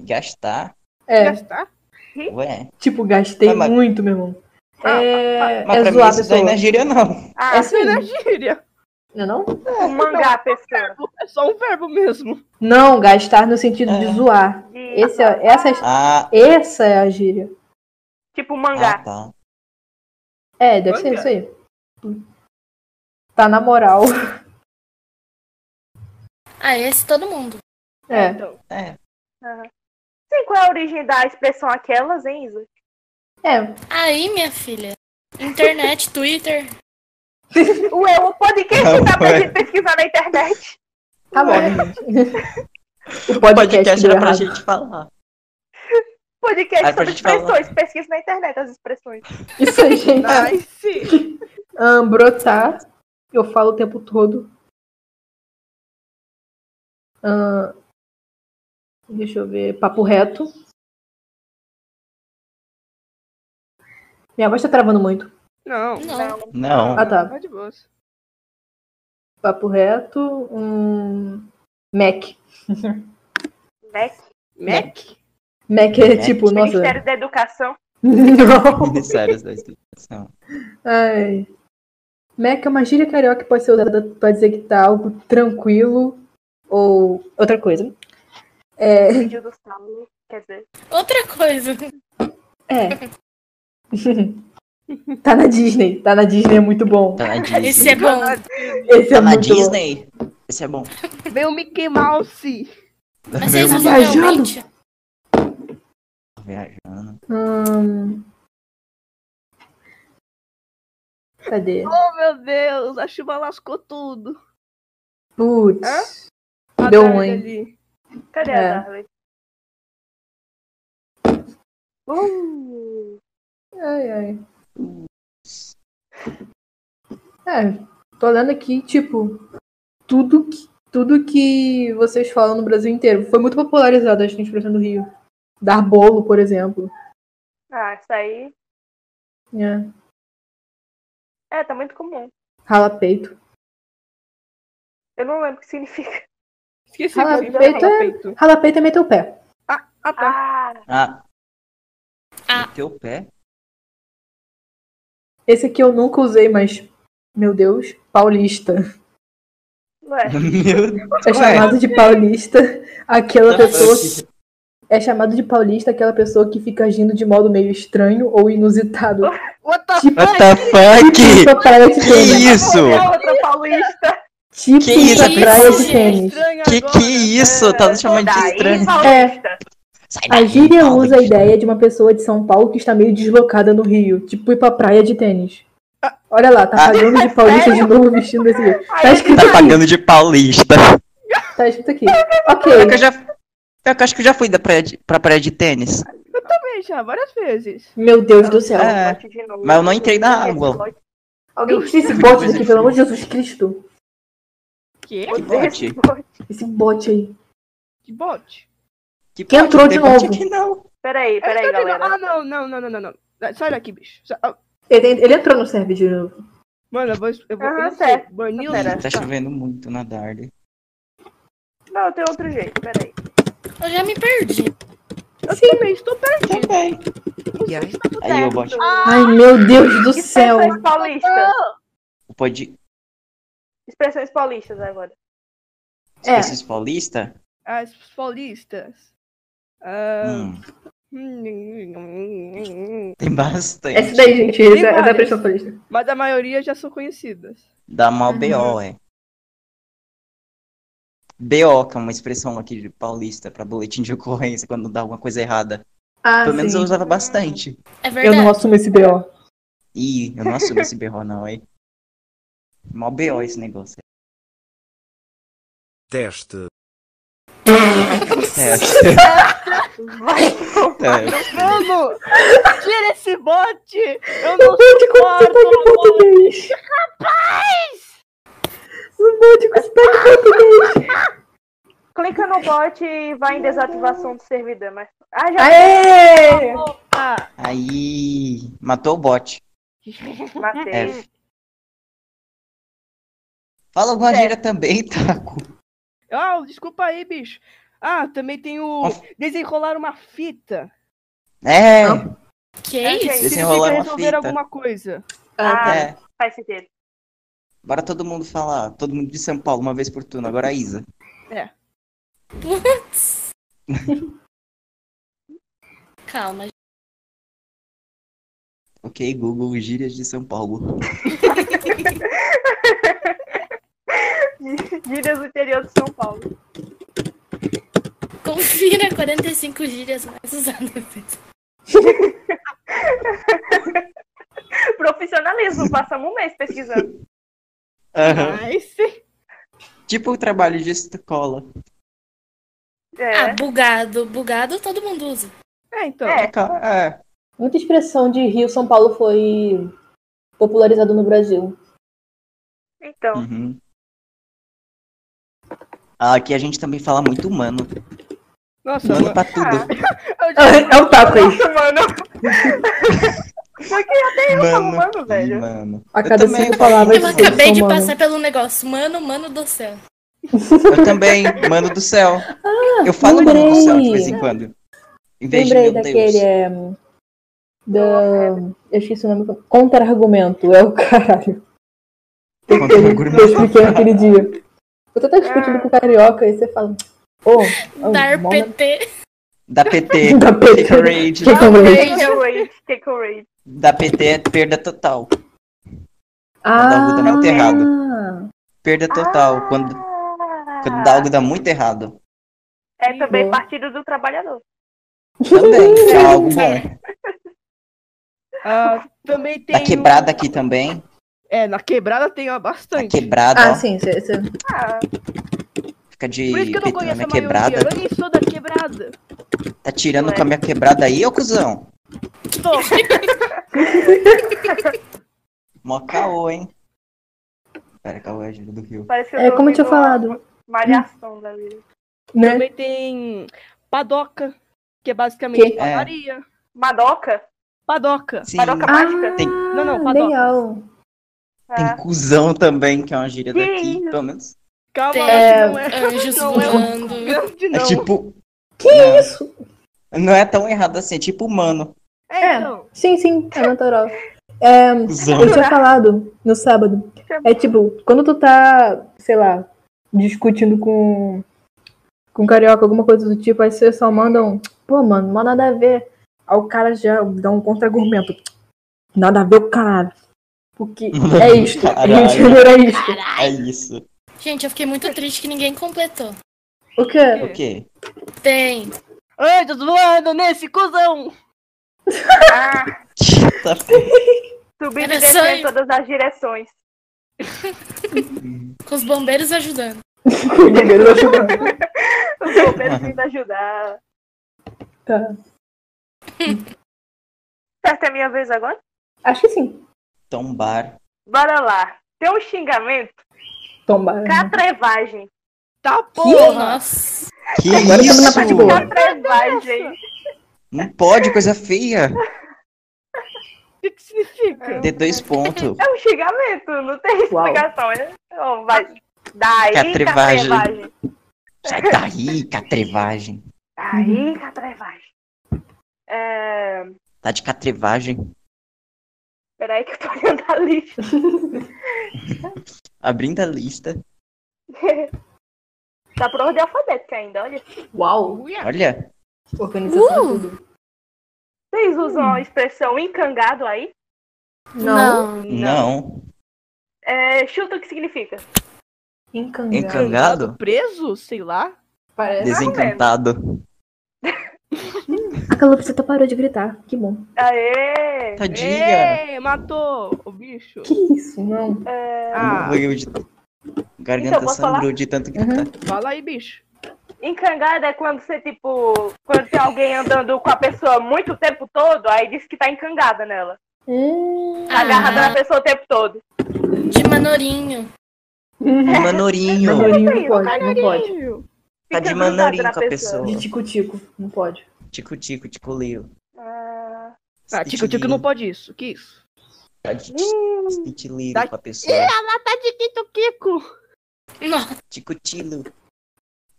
Speaker 1: Gastar.
Speaker 7: É.
Speaker 4: Gastar?
Speaker 1: Ué.
Speaker 7: Tipo, gastei
Speaker 1: Mas- mas-
Speaker 7: muito, meu irmão. É,
Speaker 1: Mas
Speaker 7: é
Speaker 1: pra mim
Speaker 7: zoar a
Speaker 1: isso daí
Speaker 7: pessoa.
Speaker 1: não é gíria, não.
Speaker 5: Ah,
Speaker 7: É sim,
Speaker 4: Não é gíria.
Speaker 7: não é não?
Speaker 5: o Um mangá, pessoa.
Speaker 4: É só um verbo mesmo.
Speaker 7: Não, gastar no sentido
Speaker 1: É.
Speaker 7: de zoar.
Speaker 5: De...
Speaker 7: Esse é- essa, é,
Speaker 1: Ah,
Speaker 7: essa é a gíria.
Speaker 5: Tipo
Speaker 1: ah
Speaker 5: mangá.
Speaker 1: tá.
Speaker 7: É, deve ser
Speaker 4: Olha.
Speaker 7: isso aí. Tá na moral.
Speaker 6: Ah, esse todo mundo.
Speaker 7: É.
Speaker 4: Então.
Speaker 1: É.
Speaker 5: Sim, qual é a origem da expressão aquelas, hein, Isa?
Speaker 7: É.
Speaker 6: Aí, minha filha. Internet, Twitter.
Speaker 5: Ué, o podcast
Speaker 1: Não, é.
Speaker 5: dá pra
Speaker 1: ué.
Speaker 5: gente pesquisar na internet.
Speaker 7: Tá bom,
Speaker 1: Ué.
Speaker 7: gente. O
Speaker 1: O
Speaker 7: podcast
Speaker 1: podcast
Speaker 7: deu
Speaker 1: era pra
Speaker 7: errado.
Speaker 1: gente falar.
Speaker 5: Podcast
Speaker 1: Aí pra
Speaker 5: sobre
Speaker 1: gente falar.
Speaker 5: expressões. Pesquisa na internet as expressões.
Speaker 7: Isso aí, gente.
Speaker 4: Ai, sim.
Speaker 7: Ahn, brotar. Eu falo o tempo todo. Ahn, Ah, deixa eu ver. Papo reto. Minha voz tá travando muito.
Speaker 4: Não.
Speaker 6: Não.
Speaker 1: Não.
Speaker 7: Ah, tá.
Speaker 4: Tá de boas.
Speaker 7: Papo reto. Hum, Mac.
Speaker 5: Né?
Speaker 4: Mac?
Speaker 7: Mac é
Speaker 1: Mac.
Speaker 7: tipo, nossa.
Speaker 5: Ministério da Educação.
Speaker 7: Não.
Speaker 1: Ministérios da Educação.
Speaker 7: Ai. Mac é uma gíria carioca que pode ser usada pra dizer que tá algo tranquilo ou outra coisa. É.
Speaker 5: Vídeo do Saulo. Quer dizer,
Speaker 6: Outra coisa.
Speaker 7: É. tá na Disney. Tá na Disney é muito bom.
Speaker 1: Tá na Disney.
Speaker 6: Esse é bom.
Speaker 7: Esse
Speaker 1: Tá
Speaker 7: é
Speaker 1: na
Speaker 7: muito bom.
Speaker 1: Disney? Esse é bom.
Speaker 4: Vem o Mickey Mouse.
Speaker 6: Mas vocês
Speaker 1: Meu
Speaker 6: usam
Speaker 7: viajando.
Speaker 6: realmente?
Speaker 1: Deus, Viajando.
Speaker 7: Hum. Cadê?
Speaker 4: Oh, meu Deus. A chuva lascou tudo.
Speaker 7: Putz.
Speaker 4: A
Speaker 7: Deu
Speaker 4: Darla
Speaker 7: ruim.
Speaker 4: Tá ali.
Speaker 5: cadê
Speaker 7: É.
Speaker 5: a Darwin? Uh,
Speaker 7: Ai, ai. É, tô olhando aqui, tipo, tudo que, tudo que vocês falam no Brasil inteiro. Foi muito popularizado acho que, a expressão do Rio. Dar bolo, por exemplo.
Speaker 5: ah, isso aí.
Speaker 7: É.
Speaker 5: É, tá muito comum.
Speaker 7: Rala peito.
Speaker 5: Eu não lembro o que significa.
Speaker 4: Esqueci.
Speaker 7: Rala
Speaker 4: que eu
Speaker 7: peito
Speaker 4: falava
Speaker 7: é-
Speaker 4: peito.
Speaker 7: Rala peito é meter o pé.
Speaker 4: Ah, tá.
Speaker 5: Ah,
Speaker 1: Ah.
Speaker 6: Ah.
Speaker 1: Meteu o pé?
Speaker 7: Esse aqui eu nunca usei, mas. Meu Deus, paulista.
Speaker 5: ué.
Speaker 1: Meu Deus.
Speaker 7: É chamado de paulista aquela pessoa.
Speaker 1: Nossa.
Speaker 7: É chamado de paulista aquela pessoa que fica agindo de modo meio estranho ou inusitado.
Speaker 4: What the
Speaker 7: Tipo,
Speaker 1: What the fuck?
Speaker 7: tipo a praia de
Speaker 1: Que
Speaker 7: tênis.
Speaker 1: isso?
Speaker 5: É outra paulista.
Speaker 7: Tipo
Speaker 1: Que isso?
Speaker 7: a praia de
Speaker 6: Que
Speaker 7: tênis.
Speaker 4: Estranho
Speaker 1: Que
Speaker 4: agora.
Speaker 1: que isso? Tá nos chamando de
Speaker 5: É, Daí,
Speaker 1: estranho.
Speaker 5: paulista.
Speaker 1: Sai
Speaker 7: É, A
Speaker 1: daí,
Speaker 7: gíria
Speaker 1: Paulo.
Speaker 7: usa a ideia de uma pessoa de São Paulo que está meio deslocada no Rio. Tipo ir pra praia de tênis. Olha lá, tá
Speaker 1: Ah.
Speaker 7: pagando de paulista de novo vestindo esse jeito.
Speaker 5: Aí
Speaker 7: Tá
Speaker 5: eu
Speaker 7: escrito
Speaker 1: Tá
Speaker 7: aqui.
Speaker 1: pagando de paulista.
Speaker 7: Tá escrito aqui.
Speaker 1: Só que eu
Speaker 7: Ok.
Speaker 1: já, Eu acho que eu já fui da praia de, pra praia de tênis.
Speaker 4: Também já, várias vezes.
Speaker 7: Meu Deus do céu.
Speaker 1: É. mas eu não entrei na água.
Speaker 7: Alguém tira esse bote daqui, pelo amor de Jesus Cristo.
Speaker 4: Que?
Speaker 1: Que bote?
Speaker 7: Esse bote aí.
Speaker 4: Que bote?
Speaker 1: Que
Speaker 7: Quem
Speaker 1: bote?
Speaker 7: entrou
Speaker 1: Não
Speaker 7: de
Speaker 1: tem bote
Speaker 7: novo?
Speaker 1: aqui, não.
Speaker 5: Peraí, peraí,
Speaker 4: Eu tô de novo.
Speaker 5: galera.
Speaker 4: Ah, não, não, não, não, não, não. Ah, Sai daqui, bicho. Sa- ah,
Speaker 7: Ele, ele entrou no serve de novo.
Speaker 4: Mano, eu vou. Eu vou
Speaker 5: Ah,
Speaker 4: eu não sei.
Speaker 5: certo.
Speaker 4: Banir o
Speaker 5: Pera.
Speaker 1: Tá chovendo muito na Dark.
Speaker 5: Não, tem outro jeito, peraí.
Speaker 6: Eu já me perdi.
Speaker 4: Eu também estou perdido.
Speaker 1: Também. Aí, ô, bote.
Speaker 7: Ai, meu Deus do céu.
Speaker 5: Expressões paulistas.
Speaker 1: Pode.
Speaker 5: Expressões paulistas agora.
Speaker 7: É.
Speaker 1: Esses paulista?
Speaker 4: As paulistas. Ah,
Speaker 1: Hum,
Speaker 4: hum.
Speaker 1: tem bastante.
Speaker 7: Essa daí, gente, essa, essa é a
Speaker 4: várias.
Speaker 7: pressão política.
Speaker 4: Mas a maioria já são conhecidas.
Speaker 1: Dá mal
Speaker 7: Uhum.
Speaker 1: BO, é. BO, que é uma expressão aqui de paulista pra boletim de ocorrência quando dá alguma coisa errada.
Speaker 7: Ah,
Speaker 1: Pelo menos
Speaker 7: sim.
Speaker 1: eu usava bastante.
Speaker 6: É
Speaker 7: Eu
Speaker 6: verdade.
Speaker 7: não assumo esse B.O.
Speaker 1: Ih, eu não assumo esse BO, não, hein? Mal BO esse negócio.
Speaker 2: Teste.
Speaker 1: É, é,
Speaker 4: Mano, tira esse bote! Eu não
Speaker 7: Bote, como você
Speaker 4: suporto!
Speaker 7: tá em português? Rapaz! O Bote, como você tá em português?
Speaker 5: Clica no bot e vai em desativação do servidor, mas. Ah, já
Speaker 7: Aê!
Speaker 4: Ah,
Speaker 1: Aí, matou o bot. É.
Speaker 7: É.
Speaker 5: matei. É
Speaker 1: Fala
Speaker 7: É.
Speaker 1: alguma gíria também, Taco.
Speaker 4: ah, desculpa aí, bicho. Ah, também tem o desenrolar uma fita.
Speaker 1: É,
Speaker 6: Que
Speaker 5: É,
Speaker 6: isso?
Speaker 5: gente,
Speaker 1: Desenrolar uma
Speaker 4: Significa resolver
Speaker 1: fita.
Speaker 4: alguma coisa.
Speaker 7: Ah,
Speaker 1: é.
Speaker 5: Faz sentido.
Speaker 1: Bora todo mundo falar. Todo mundo de São Paulo, uma vez por turno. Agora a Isa.
Speaker 6: Putz. Calma, gente.
Speaker 1: Ok, Google, gírias de São Paulo.
Speaker 5: Gírias do interior de São Paulo.
Speaker 6: confira 45 gírias mais usadas.
Speaker 5: Profissionalismo, passamos um mês pesquisando.
Speaker 1: Aham.
Speaker 4: Mas sim.
Speaker 1: Tipo o trabalho de escola.
Speaker 6: Ah,
Speaker 5: É.
Speaker 6: bugado. Bugado todo mundo usa.
Speaker 4: É, então.
Speaker 5: É.
Speaker 1: É.
Speaker 7: Muita expressão de Rio São Paulo foi popularizada no Brasil.
Speaker 5: Então,
Speaker 1: Uhum. Ah, Aqui a gente também fala muito humano.
Speaker 4: Nossa,
Speaker 1: Humano
Speaker 4: mano.
Speaker 1: pra tudo.
Speaker 4: Eu já-
Speaker 7: É o taco aí.
Speaker 5: mano. falo
Speaker 1: Mano,
Speaker 5: humano, tá velho.
Speaker 1: mano.
Speaker 7: A
Speaker 1: Eu
Speaker 7: cada
Speaker 1: também
Speaker 7: cinco
Speaker 1: falo
Speaker 7: palavras.
Speaker 6: Eu
Speaker 1: humano.
Speaker 7: Pois é,
Speaker 6: acabei de
Speaker 7: sou humano.
Speaker 6: passar pelo negócio. Mano, mano do céu.
Speaker 1: Eu também, mano do céu. Eu falo mano do céu de vez em
Speaker 7: Ah, lembrei.
Speaker 1: quando. Em vez de meu
Speaker 7: Lembrei daquele.
Speaker 1: Deus.
Speaker 7: é, da... Eu esqueci o nome. Contra-argumento. É o caralho.
Speaker 1: Contra o
Speaker 7: Eu expliquei
Speaker 1: argumento.
Speaker 7: aquele dia. Eu tô até discutindo com o carioca e você fala. Ô, oh,
Speaker 6: Dar PT.
Speaker 1: Da PT.
Speaker 7: Da PT.
Speaker 1: Take a raid.
Speaker 7: Que conversa.
Speaker 5: Take away, take away.
Speaker 1: Da PT é perda total. Quando
Speaker 7: Ah,
Speaker 1: algo dá muito Perda total.
Speaker 5: Ah!
Speaker 1: Quando, quando dá algo dá muito errado.
Speaker 5: É também
Speaker 7: Boa.
Speaker 5: partido do trabalhador.
Speaker 7: Uhum.
Speaker 1: Também. É algo bom.
Speaker 4: Ah, também tem.
Speaker 1: Da quebrada aqui também.
Speaker 4: o- É, na quebrada tem ó,
Speaker 1: Da
Speaker 4: bastante.
Speaker 1: quebrada,
Speaker 7: Ah,
Speaker 1: Tá ó.
Speaker 7: sim, você. você-
Speaker 5: Ah,
Speaker 1: Fica de
Speaker 4: Por isso que eu não
Speaker 1: pitando a
Speaker 4: conheço
Speaker 1: minha
Speaker 4: a maioria.
Speaker 1: né? quebrada.
Speaker 4: Eu nem sou da quebrada.
Speaker 1: Tá tirando
Speaker 5: Ué.
Speaker 1: com a minha quebrada aí, ô cuzão?
Speaker 4: Tô.
Speaker 1: Mó caô, hein? Pera, caô é a gíria do Rio.
Speaker 5: parece que eu
Speaker 7: É
Speaker 5: tô
Speaker 7: como eu tinha
Speaker 5: ouvindo uma
Speaker 7: falado,
Speaker 5: Malhação da vida.
Speaker 7: né?
Speaker 4: Também tem padoca, que é basicamente
Speaker 7: Que?
Speaker 4: padaria.
Speaker 5: Madoca?
Speaker 4: Padoca.
Speaker 1: Sim,
Speaker 5: Madoca mágica?
Speaker 1: Tem-
Speaker 4: Não, não, padocas.
Speaker 7: Ah, legal.
Speaker 5: Ah,
Speaker 1: tem cuzão também, que é uma gíria
Speaker 5: Que
Speaker 1: daqui,
Speaker 5: isso?
Speaker 1: pelo menos.
Speaker 4: Calma,
Speaker 6: Tem
Speaker 4: mas não é
Speaker 6: Anjos
Speaker 4: Não, eu-
Speaker 6: voando.
Speaker 4: grande,
Speaker 1: É
Speaker 4: não.
Speaker 1: tipo.
Speaker 7: Que
Speaker 1: não,
Speaker 7: isso?
Speaker 1: Não é tão errado assim, é tipo humano.
Speaker 4: É, então.
Speaker 7: Sim, sim, é natural. É,
Speaker 1: Cuzão.
Speaker 7: eu tinha falado no sábado. É tipo, quando tu tá, sei lá, discutindo com com carioca, alguma coisa do tipo, aí vocês só mandam, pô, mano, mal nada a ver. Aí o cara já dá um contra-argumento. Nada a ver o caralho. Porque é isto.
Speaker 1: Caralho.
Speaker 7: Rio de Janeiro é isto.
Speaker 1: É isso.
Speaker 6: Gente, eu fiquei muito triste que ninguém completou.
Speaker 7: O quê?
Speaker 1: É O quê?
Speaker 6: Tem.
Speaker 4: Anjos voando nesse cuzão.
Speaker 5: ah,
Speaker 1: Tá feio.
Speaker 5: subindo
Speaker 6: Era
Speaker 5: e
Speaker 6: só
Speaker 5: descendo
Speaker 6: isso.
Speaker 5: em todas as direções.
Speaker 6: Com os bombeiros ajudando.
Speaker 7: Primeiro eu acho que-
Speaker 5: Os bombeiros vindo ajudar.
Speaker 7: Tá.
Speaker 5: Certo, é minha vez agora?
Speaker 7: Acho que sim.
Speaker 1: Tombar.
Speaker 5: Bora lá. Tem um xingamento.
Speaker 7: Tomba.
Speaker 5: Catrevagem.
Speaker 4: Tá porra!
Speaker 6: Nossa.
Speaker 1: Que
Speaker 4: tá
Speaker 7: Agora
Speaker 1: isso?
Speaker 7: estamos na parte boa.
Speaker 5: Catrevagem.
Speaker 1: Não pode, coisa feia.
Speaker 4: O que, que significa?
Speaker 1: Dê dois pontos.
Speaker 5: É um xingamento, não tem
Speaker 7: Uau.
Speaker 5: explicação. É... Ó, vai. Daí,
Speaker 1: Catrevagem.
Speaker 5: catrevagem.
Speaker 1: Sai daí, catrevagem.
Speaker 7: Uhum.
Speaker 5: Daí, catrevagem. É...
Speaker 1: Tá de catrevagem.
Speaker 5: Peraí que eu tô olhando a lista.
Speaker 1: Abrindo a lista.
Speaker 5: tá por ordem alfabética ainda, olha.
Speaker 7: Uau.
Speaker 1: Olha,
Speaker 7: Organização. de tudo.
Speaker 5: Vocês
Speaker 7: Hum.
Speaker 5: usam a expressão encangado aí?
Speaker 7: Não.
Speaker 6: Não.
Speaker 1: não.
Speaker 5: É, chuta o que significa.
Speaker 7: Encangado.
Speaker 1: Encangado?
Speaker 4: Preso? Sei lá.
Speaker 7: Parece.
Speaker 1: Desencantado.
Speaker 7: A calopsita parou de gritar. Que bom.
Speaker 5: Aê!
Speaker 1: Tadinha.
Speaker 4: Ei, matou o bicho.
Speaker 7: Que isso? Não.
Speaker 4: Ah,
Speaker 1: Morreu Um de... Garganta
Speaker 5: Então, posso
Speaker 1: sangrou de tanto tá. gritar.
Speaker 4: fala aí, bicho.
Speaker 5: Encangado é quando você, tipo, quando tem alguém andando com a pessoa muito o tempo todo, aí diz que tá encangada nela.
Speaker 7: É.
Speaker 5: Tá agarrada
Speaker 7: Ah.
Speaker 5: na pessoa o tempo todo.
Speaker 6: Ah, De manorinho.
Speaker 1: Um Manorinho.
Speaker 7: Manorinho
Speaker 5: Sim,
Speaker 7: não pode, não
Speaker 5: manorinho.
Speaker 7: pode.
Speaker 1: Tá de
Speaker 5: Fica grudado
Speaker 1: manorinho
Speaker 5: na
Speaker 1: com a pessoa.
Speaker 7: De tico-tico. Não pode.
Speaker 1: Tico-tico, ticoleio.
Speaker 5: Ah,
Speaker 4: Ah,
Speaker 1: é
Speaker 4: tico-tico não pode isso. Que isso?
Speaker 1: Tá de titileiro
Speaker 4: Tá-
Speaker 1: com a pessoa.
Speaker 4: Tá de Kiko.
Speaker 6: Nossa.
Speaker 1: Ticotilo.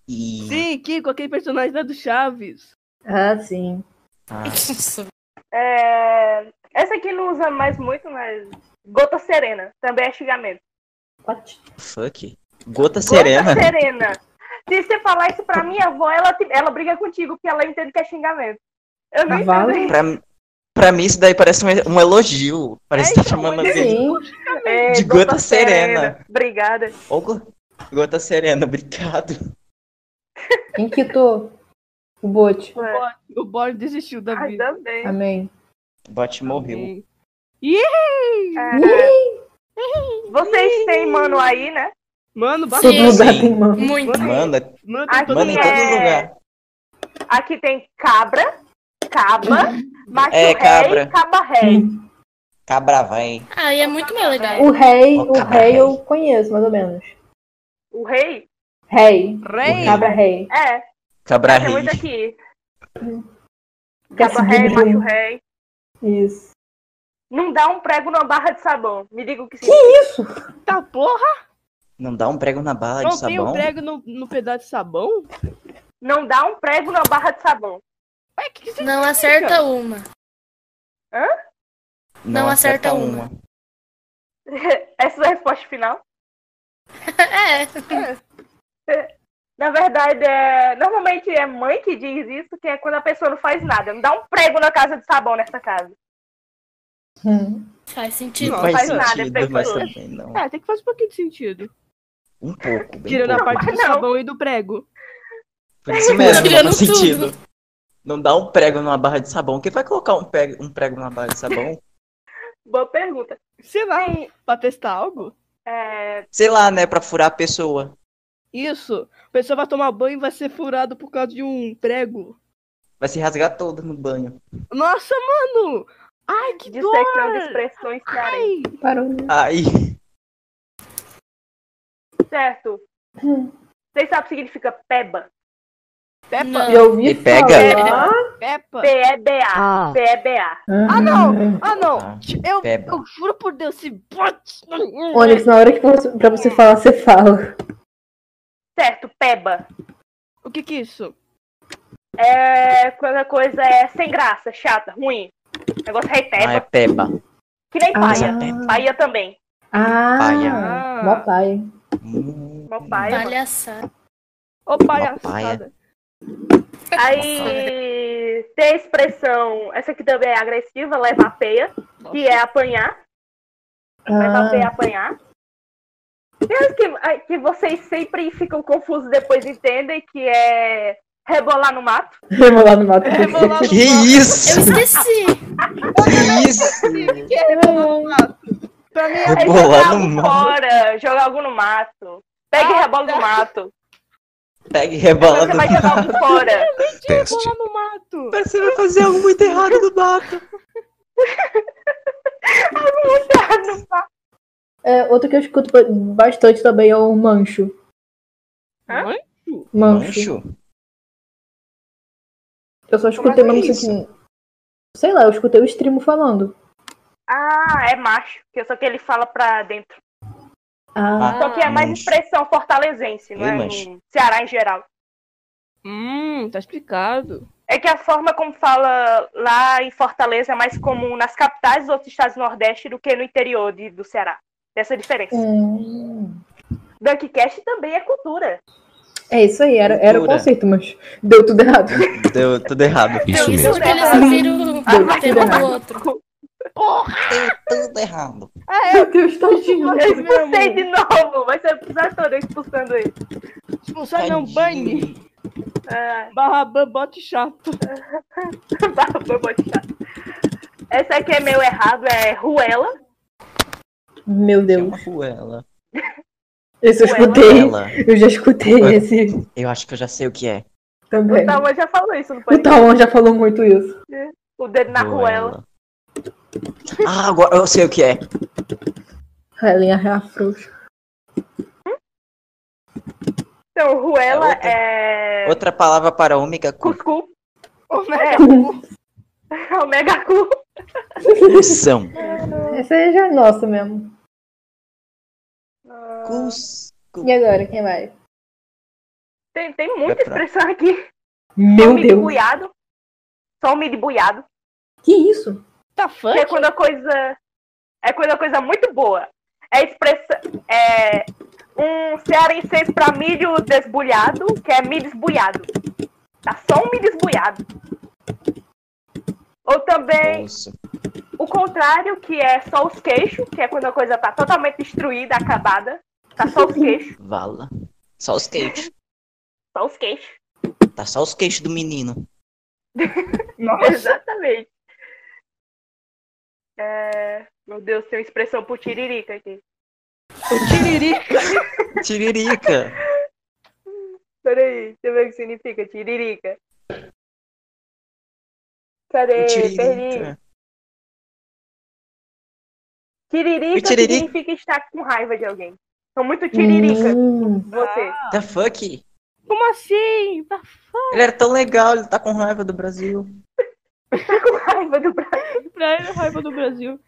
Speaker 1: E...
Speaker 4: Sim, Kiko, aquele personagem lá do Chaves.
Speaker 7: Ah, sim.
Speaker 1: Ah,
Speaker 5: é, Essa aqui não usa mais muito, mas. Gota serena. Também é xingamento.
Speaker 7: What?
Speaker 1: fuck. Gota serena.
Speaker 5: Gota serena. Se você falar isso pra minha avó, ela, te- ela briga contigo, porque ela entende que é xingamento. Eu não
Speaker 7: Cavalo?
Speaker 5: entendo
Speaker 1: Pra, pra mim isso daí parece um, um elogio. Parece que tá
Speaker 5: então,
Speaker 1: chamando
Speaker 5: olha
Speaker 1: alguém.
Speaker 7: Sim.
Speaker 5: isso. É,
Speaker 1: De gota serena.
Speaker 5: Obrigada.
Speaker 1: Ô, go- Gota serena, obrigado.
Speaker 7: Quem quitou? O bote.
Speaker 5: Ué,
Speaker 4: O Boris desistiu da vida.
Speaker 5: Ainda tá bem.
Speaker 7: Amém.
Speaker 1: O bot morreu.
Speaker 4: Sim.
Speaker 5: É. Vocês têm mano aí, né?
Speaker 4: Mano, bate.
Speaker 7: Todo
Speaker 6: Sim.
Speaker 7: lugar tem mão.
Speaker 6: Muito.
Speaker 1: Manda,
Speaker 4: Mano,
Speaker 5: Ai,
Speaker 4: todo
Speaker 1: manda em
Speaker 4: mundo.
Speaker 1: todo
Speaker 5: É.
Speaker 1: lugar.
Speaker 5: Aqui tem cabra, caba, macho
Speaker 1: É,
Speaker 5: rei,
Speaker 1: cabra.
Speaker 5: caba rei.
Speaker 1: Cabra vai.
Speaker 6: Aí é muito mais legal.
Speaker 7: O rei,
Speaker 1: Ó,
Speaker 7: o
Speaker 1: cabra
Speaker 7: rei
Speaker 1: rei.
Speaker 7: eu conheço, mais ou menos.
Speaker 5: O rei?
Speaker 7: Rei.
Speaker 4: Rei.
Speaker 7: Cabra rei.
Speaker 5: É,
Speaker 1: Cabra
Speaker 5: tem muito
Speaker 1: rei.
Speaker 5: aqui.
Speaker 7: Quer
Speaker 5: Caba rei,
Speaker 7: seguir
Speaker 5: macho
Speaker 7: Bruno.
Speaker 5: rei.
Speaker 7: é Isso.
Speaker 5: Não dá um prego numa barra de sabão. Me diga o que sim.
Speaker 4: Tá porra.
Speaker 1: Não dá um prego na bala de
Speaker 4: Não tem um
Speaker 1: sabão.
Speaker 4: prego no, no pedaço de sabão?
Speaker 5: Não dá um prego numa barra de sabão.
Speaker 4: Ué, que que você
Speaker 6: Não acerta uma. Não acerta uma.
Speaker 5: Essa é a resposta final.
Speaker 6: É.
Speaker 5: Na verdade, é... normalmente é mãe que diz isso, que é quando a pessoa não faz nada. Não dá um prego na casa de sabão nessa casa.
Speaker 7: Hum.
Speaker 6: Faz sentido.
Speaker 1: Não
Speaker 4: Não,
Speaker 1: faz
Speaker 5: faz nada,
Speaker 1: sentido,
Speaker 5: é
Speaker 1: mas
Speaker 5: preguiçoso.
Speaker 1: também não.
Speaker 4: É, tem que fazer um pouquinho de sentido.
Speaker 1: Um pouco, bem
Speaker 4: Tirando a
Speaker 1: pouco.
Speaker 4: parte do
Speaker 5: Não.
Speaker 4: sabão e do prego.
Speaker 1: Por isso mesmo, não
Speaker 6: Tirando
Speaker 1: faz
Speaker 6: tudo.
Speaker 1: sentido. Não dá um prego numa barra de sabão. Quem vai colocar um prego, um prego numa barra de sabão?
Speaker 5: Boa pergunta.
Speaker 4: Sei lá, pra testar algo.
Speaker 5: É,
Speaker 1: Sei lá, né, pra furar a pessoa.
Speaker 4: Isso. A pessoa vai tomar banho e vai ser furado por causa de um prego.
Speaker 1: Vai se rasgar toda no banho.
Speaker 4: Nossa, mano! Ai, que dor!
Speaker 5: dissecando expressões na areia.
Speaker 4: Ai,
Speaker 7: Parou. né?
Speaker 1: Aí,
Speaker 5: Certo.
Speaker 1: Hum.
Speaker 5: Vocês sabem o que significa peba?
Speaker 4: Peppa,
Speaker 6: Não.
Speaker 7: Já ouvi
Speaker 1: E pega.
Speaker 7: falar.
Speaker 4: Peppa.
Speaker 5: P-E-B-A.
Speaker 8: Ah.
Speaker 5: P-E-B-A.
Speaker 4: Ah,
Speaker 7: Hum,
Speaker 4: não! Ah, não!
Speaker 1: Ah,
Speaker 4: Eu,
Speaker 1: peba.
Speaker 4: eu juro por Deus, se...
Speaker 7: hum. Onyx, na hora que você, pra você falar, você fala.
Speaker 5: Certo, peba.
Speaker 4: O que que é isso?
Speaker 5: É quando a coisa é sem graça, chata, ruim. Negócio é
Speaker 1: Ah, é
Speaker 5: peba.
Speaker 1: peba.
Speaker 5: Que nem paia.
Speaker 1: Ah.
Speaker 5: Paia também.
Speaker 7: Ah,
Speaker 1: Paia.
Speaker 7: mó
Speaker 4: Ah,
Speaker 7: paia.
Speaker 1: Hum.
Speaker 5: Mó paia. mano.
Speaker 6: Palhaçada.
Speaker 4: ô palhaçada.
Speaker 5: Aí tem a expressão, essa aqui também é agressiva, leva a peia, que é apanhar. Leva a peia,
Speaker 7: Ah,
Speaker 5: apanhar. Tem as que, a- que vocês sempre ficam confusos e depois entendem, que é rebolar no mato.
Speaker 7: vamos lá no mato.
Speaker 4: Rebolar É, no
Speaker 1: Que
Speaker 4: mato.
Speaker 1: isso?
Speaker 6: Eu esqueci.
Speaker 1: Que isso?
Speaker 4: O que é rebolar no mato? Pra mim é...
Speaker 5: É
Speaker 1: Rebolar
Speaker 5: jogar
Speaker 1: no
Speaker 5: algo
Speaker 1: mato.
Speaker 5: fora, jogar algo no mato. Pega e rebola no mato.
Speaker 1: Pega e
Speaker 5: Senão
Speaker 1: tá. rebola
Speaker 5: Você
Speaker 1: do
Speaker 5: vai jogar um fora.
Speaker 2: Teste.
Speaker 4: Lá no mato.
Speaker 1: Você vai fazer algo muito errado do mato.
Speaker 7: É, outro que eu escuto bastante também é o mancho.
Speaker 5: Hã?
Speaker 4: Mãe?
Speaker 7: Mancho.
Speaker 1: Mancho?
Speaker 7: Eu
Speaker 4: Como
Speaker 7: só
Speaker 4: é que
Speaker 7: escutei uma
Speaker 4: é
Speaker 7: música que. Sei lá, eu escutei o stream falando.
Speaker 5: Ah, é macho. Que é só que ele fala pra dentro.
Speaker 7: Ah,
Speaker 5: Só que é mais
Speaker 1: mancho.
Speaker 5: expressão fortalezense, não
Speaker 1: Ei,
Speaker 5: é?
Speaker 1: mancho.
Speaker 5: No Ceará em geral.
Speaker 4: Hum, tá explicado.
Speaker 5: É que a forma como fala lá em Fortaleza é mais comum nas capitais dos outros estados do Nordeste do que no interior de- do Ceará. Dessa
Speaker 7: é.
Speaker 5: diferença.
Speaker 7: hum.
Speaker 5: Dunkcast também é cultura.
Speaker 7: É isso aí, era, era o
Speaker 1: Cultura.
Speaker 7: conceito, mas deu tudo errado.
Speaker 1: Deu tudo errado.
Speaker 5: Então,
Speaker 2: Isso
Speaker 6: Isso
Speaker 2: mesmo.
Speaker 6: porque eles só viram
Speaker 5: Ah,
Speaker 6: um do outro.
Speaker 1: Deu tudo errado.
Speaker 7: Meu Deus, tadinho.
Speaker 5: Eu expulsei de novo. Vai ser precisar toda expulsando ele.
Speaker 4: Expulsar não, bane.
Speaker 5: Ah,
Speaker 4: Barra ban, bote chato.
Speaker 5: vou botar. Essa aqui é meu errado, é Ruela.
Speaker 7: Meu Deus.
Speaker 1: Ruela.
Speaker 7: Esse eu
Speaker 5: Ué,
Speaker 7: escutei.
Speaker 1: Ruela.
Speaker 7: Eu já escutei
Speaker 1: Ué.
Speaker 7: esse
Speaker 1: Eu acho que eu já sei o que é.
Speaker 7: também.
Speaker 5: O Tauan já falou isso no
Speaker 7: O
Speaker 5: podcast.
Speaker 7: Taon já falou muito isso.
Speaker 5: O dedo na Ruela.
Speaker 1: Ruela. Ah, agora eu sei o que é.
Speaker 7: Rainha Reafrouxa.
Speaker 5: Então, Ruela
Speaker 1: É outra.
Speaker 5: é.
Speaker 1: Outra palavra para ômega cu-
Speaker 5: Cuscu.
Speaker 4: Omega
Speaker 5: É o mega cu.
Speaker 1: cursão.
Speaker 7: Essa aí já é nossa mesmo.
Speaker 1: Cus... cu-
Speaker 7: E agora, quem vai?
Speaker 5: Tem, tem muita
Speaker 1: É pra-
Speaker 5: expressão aqui.
Speaker 7: Meu
Speaker 5: Some de
Speaker 7: Deus.
Speaker 5: um buiado. Some de buiado.
Speaker 7: Que isso?
Speaker 4: tá fã?
Speaker 5: Que é quando a coisa. É quando a coisa é muito boa. É expressa. É. Um cearense pra milho desbulhado, que é milho desbulhado. Tá só um milho desbulhado. Ou também
Speaker 1: Nossa.
Speaker 5: o contrário, que é só os queixos, que é quando a coisa tá totalmente destruída, acabada. Tá só os queixos.
Speaker 1: Vala. Só os queixos.
Speaker 5: Só os queixos.
Speaker 1: Tá só os queixos do menino.
Speaker 5: Exatamente. É, Meu Deus, tem uma expressão pro tiririca aqui.
Speaker 4: Tiririca.
Speaker 1: Tiririca.
Speaker 5: Peraí, deixa eu ver o que significa tiririca. Cadê? Perdi.
Speaker 1: Tiririca.
Speaker 5: Tiririca,
Speaker 1: E tiriri-
Speaker 5: significa estar com raiva de alguém. Sou muito tiririca,
Speaker 7: Hum,
Speaker 5: você.
Speaker 1: The fuck?
Speaker 4: Como assim? Tá
Speaker 1: Ele era tão legal, ele tá com raiva do Brasil.
Speaker 5: Com raiva do Brasil.
Speaker 4: fã pra ele, raiva do Brasil.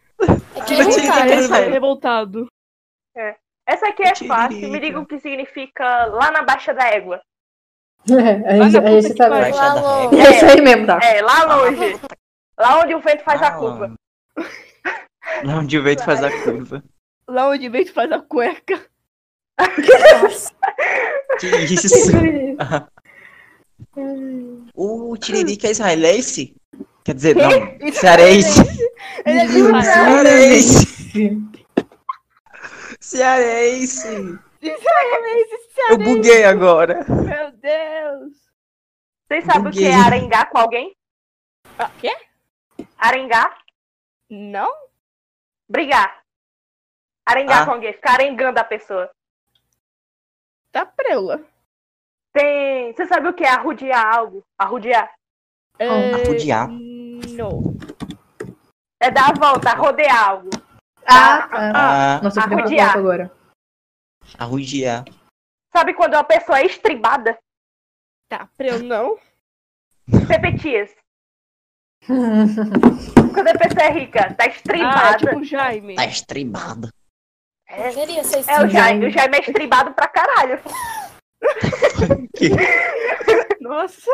Speaker 6: Aquele
Speaker 1: Tiririca,
Speaker 6: cara,
Speaker 1: Tiririca.
Speaker 4: Tá revoltado.
Speaker 5: Essa aqui é
Speaker 1: Tiririca.
Speaker 5: fácil, me diga o que significa lá na Baixa da Égua.
Speaker 7: é, a
Speaker 4: Vai
Speaker 7: gente,
Speaker 4: na
Speaker 7: a
Speaker 4: puta
Speaker 7: gente
Speaker 4: que
Speaker 7: sabe.
Speaker 4: pariu.
Speaker 1: Vai achar da
Speaker 6: Alô.
Speaker 1: régua.
Speaker 7: É isso aí mesmo, tá?
Speaker 5: É, lá longe. Lá onde o vento faz a curva.
Speaker 1: Não, de vez de fazer a curva.
Speaker 4: Lá onde vem tu faz a cueca.
Speaker 1: Que isso? O Tiririca é israelense? Quer dizer, não. Cearense.
Speaker 4: Ele é de Israel.
Speaker 1: Cearense. Cearense. Eu buguei agora.
Speaker 4: Meu Deus.
Speaker 5: Vocês sabem o que é
Speaker 1: Buguei.
Speaker 5: arengar com alguém?
Speaker 4: Ah, quê?
Speaker 5: Arengar?
Speaker 4: Não?
Speaker 5: Brigar. Arengar
Speaker 1: Ah.
Speaker 5: com alguém, ficar arengando a pessoa.
Speaker 4: Tá preula.
Speaker 5: Tem. Você sabe o que é arrudear algo? Arrudear.
Speaker 4: É,
Speaker 1: Arrudear.
Speaker 4: Não.
Speaker 5: É dar a volta, rodear algo.
Speaker 7: Ah, tá.
Speaker 1: Ah,
Speaker 7: Nossa, eu queria falar
Speaker 5: Arrodear.
Speaker 7: alto agora.
Speaker 1: arrugiar.
Speaker 5: Sabe quando uma pessoa é estribada?
Speaker 4: Tá preula, não.
Speaker 5: Pepetias. Quando a pessoa é rica, tá
Speaker 4: Ah,
Speaker 5: estribada.
Speaker 4: é tipo o Jaime.
Speaker 1: Tá estribado.
Speaker 6: Eu queria ser
Speaker 5: É o
Speaker 6: assim.
Speaker 5: Jaime. O Jaime é estribado pra caralho.
Speaker 4: Nossa.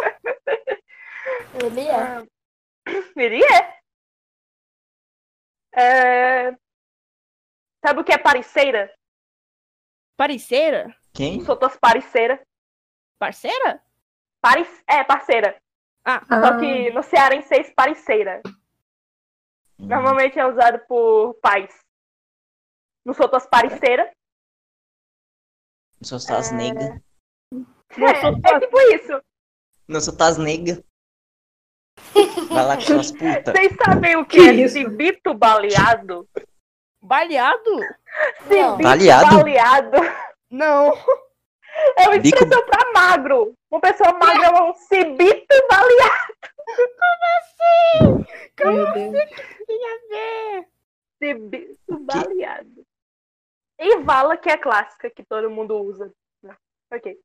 Speaker 6: Ele é.
Speaker 5: Ele é. É. Sabe o que é parceira?
Speaker 4: Parceira?
Speaker 1: Quem?
Speaker 5: Sou tuas parceira.
Speaker 4: Parceira?
Speaker 5: Pare... É, parceira.
Speaker 7: Ah,
Speaker 5: Só que
Speaker 4: Ah.
Speaker 5: no Ceará em seis, parceira.
Speaker 7: Tá
Speaker 5: Normalmente é usado por pais. Não sou tuas parceiras.
Speaker 1: Não sou tas nega.
Speaker 4: Não
Speaker 5: É,
Speaker 4: sou
Speaker 5: é tipo isso.
Speaker 1: Não sou tas nega. Vai lá com Oh, suas putas.
Speaker 5: Vocês sabem o que,
Speaker 7: Que
Speaker 5: é
Speaker 7: isso?
Speaker 5: cibito baleado?
Speaker 4: Baleado?
Speaker 6: Não.
Speaker 5: Cibito
Speaker 1: Baleado?
Speaker 5: baleado
Speaker 4: Não.
Speaker 5: É uma
Speaker 1: Bico-
Speaker 5: expressão pra magro. Uma pessoa magra é um cibito baleado.
Speaker 7: Meu Deus.
Speaker 5: Cibito baleado. E vala, que é clássica, que todo mundo usa. Ok.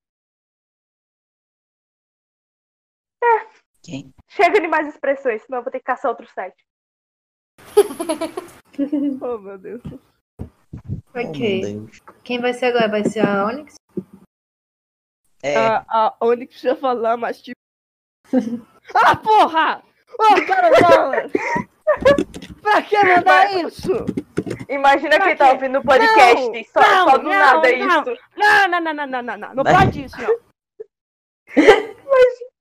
Speaker 1: Quem?
Speaker 5: É. Chega de mais expressões, senão eu vou ter que caçar outro site.
Speaker 4: Oh, meu Deus.
Speaker 1: Oh,
Speaker 7: Ok.
Speaker 1: meu Deus.
Speaker 7: Quem vai ser agora? Vai ser a Onyx?
Speaker 1: É,
Speaker 7: Ah,
Speaker 4: Ah, A, a Onyx precisa falar, mas tipo. ah, porra! Ô, cara dela! pra que mandar isso?
Speaker 5: Imagina
Speaker 4: Pra
Speaker 5: quem
Speaker 4: quê?
Speaker 5: tá ouvindo o podcast
Speaker 4: Não,
Speaker 5: só,
Speaker 4: não,
Speaker 5: só do
Speaker 4: não,
Speaker 5: nada é
Speaker 4: não.
Speaker 5: isso.
Speaker 4: Não, não, não, não, não, não, não. Não
Speaker 1: Vai.
Speaker 4: pode isso, não.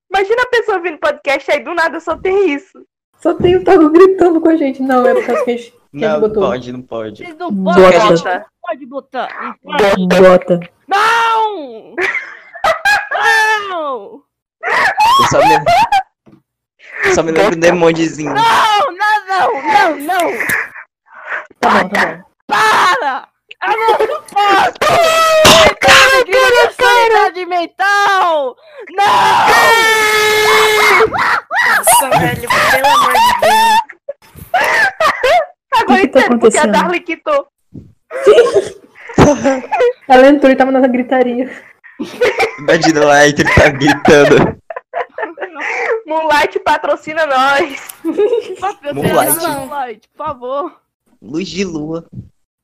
Speaker 5: Imagina a pessoa ouvindo podcast aí do nada só tem isso.
Speaker 7: Só tem o Tago gritando com a gente. Não, é por causa que a gente
Speaker 1: não
Speaker 7: botou?
Speaker 1: pode, não pode.
Speaker 4: Vocês não
Speaker 7: Bota.
Speaker 4: podem,
Speaker 7: Bota.
Speaker 4: não pode botar.
Speaker 7: bota.
Speaker 4: Não! Não!
Speaker 1: Eu só me, eu só me lembro do emojizinho.
Speaker 4: Não, não, não, não, não!
Speaker 7: Tá bom, tá bom.
Speaker 4: Para! Eu Ah, não suporto! Cara, cara, sanidade mental! Não!
Speaker 9: Nossa, velho, pelo amor de Deus.
Speaker 5: Agora
Speaker 7: que tá
Speaker 5: entendo porque a
Speaker 7: acontecendo?
Speaker 5: Darly quitou.
Speaker 7: Ela entrou e tava na gritaria.
Speaker 1: Imagina lá que ele tá gritando.
Speaker 5: Moonlight patrocina nós.
Speaker 4: Papel
Speaker 1: Moonlight.
Speaker 4: telado, Moonlight, por favor.
Speaker 1: Luz de lua.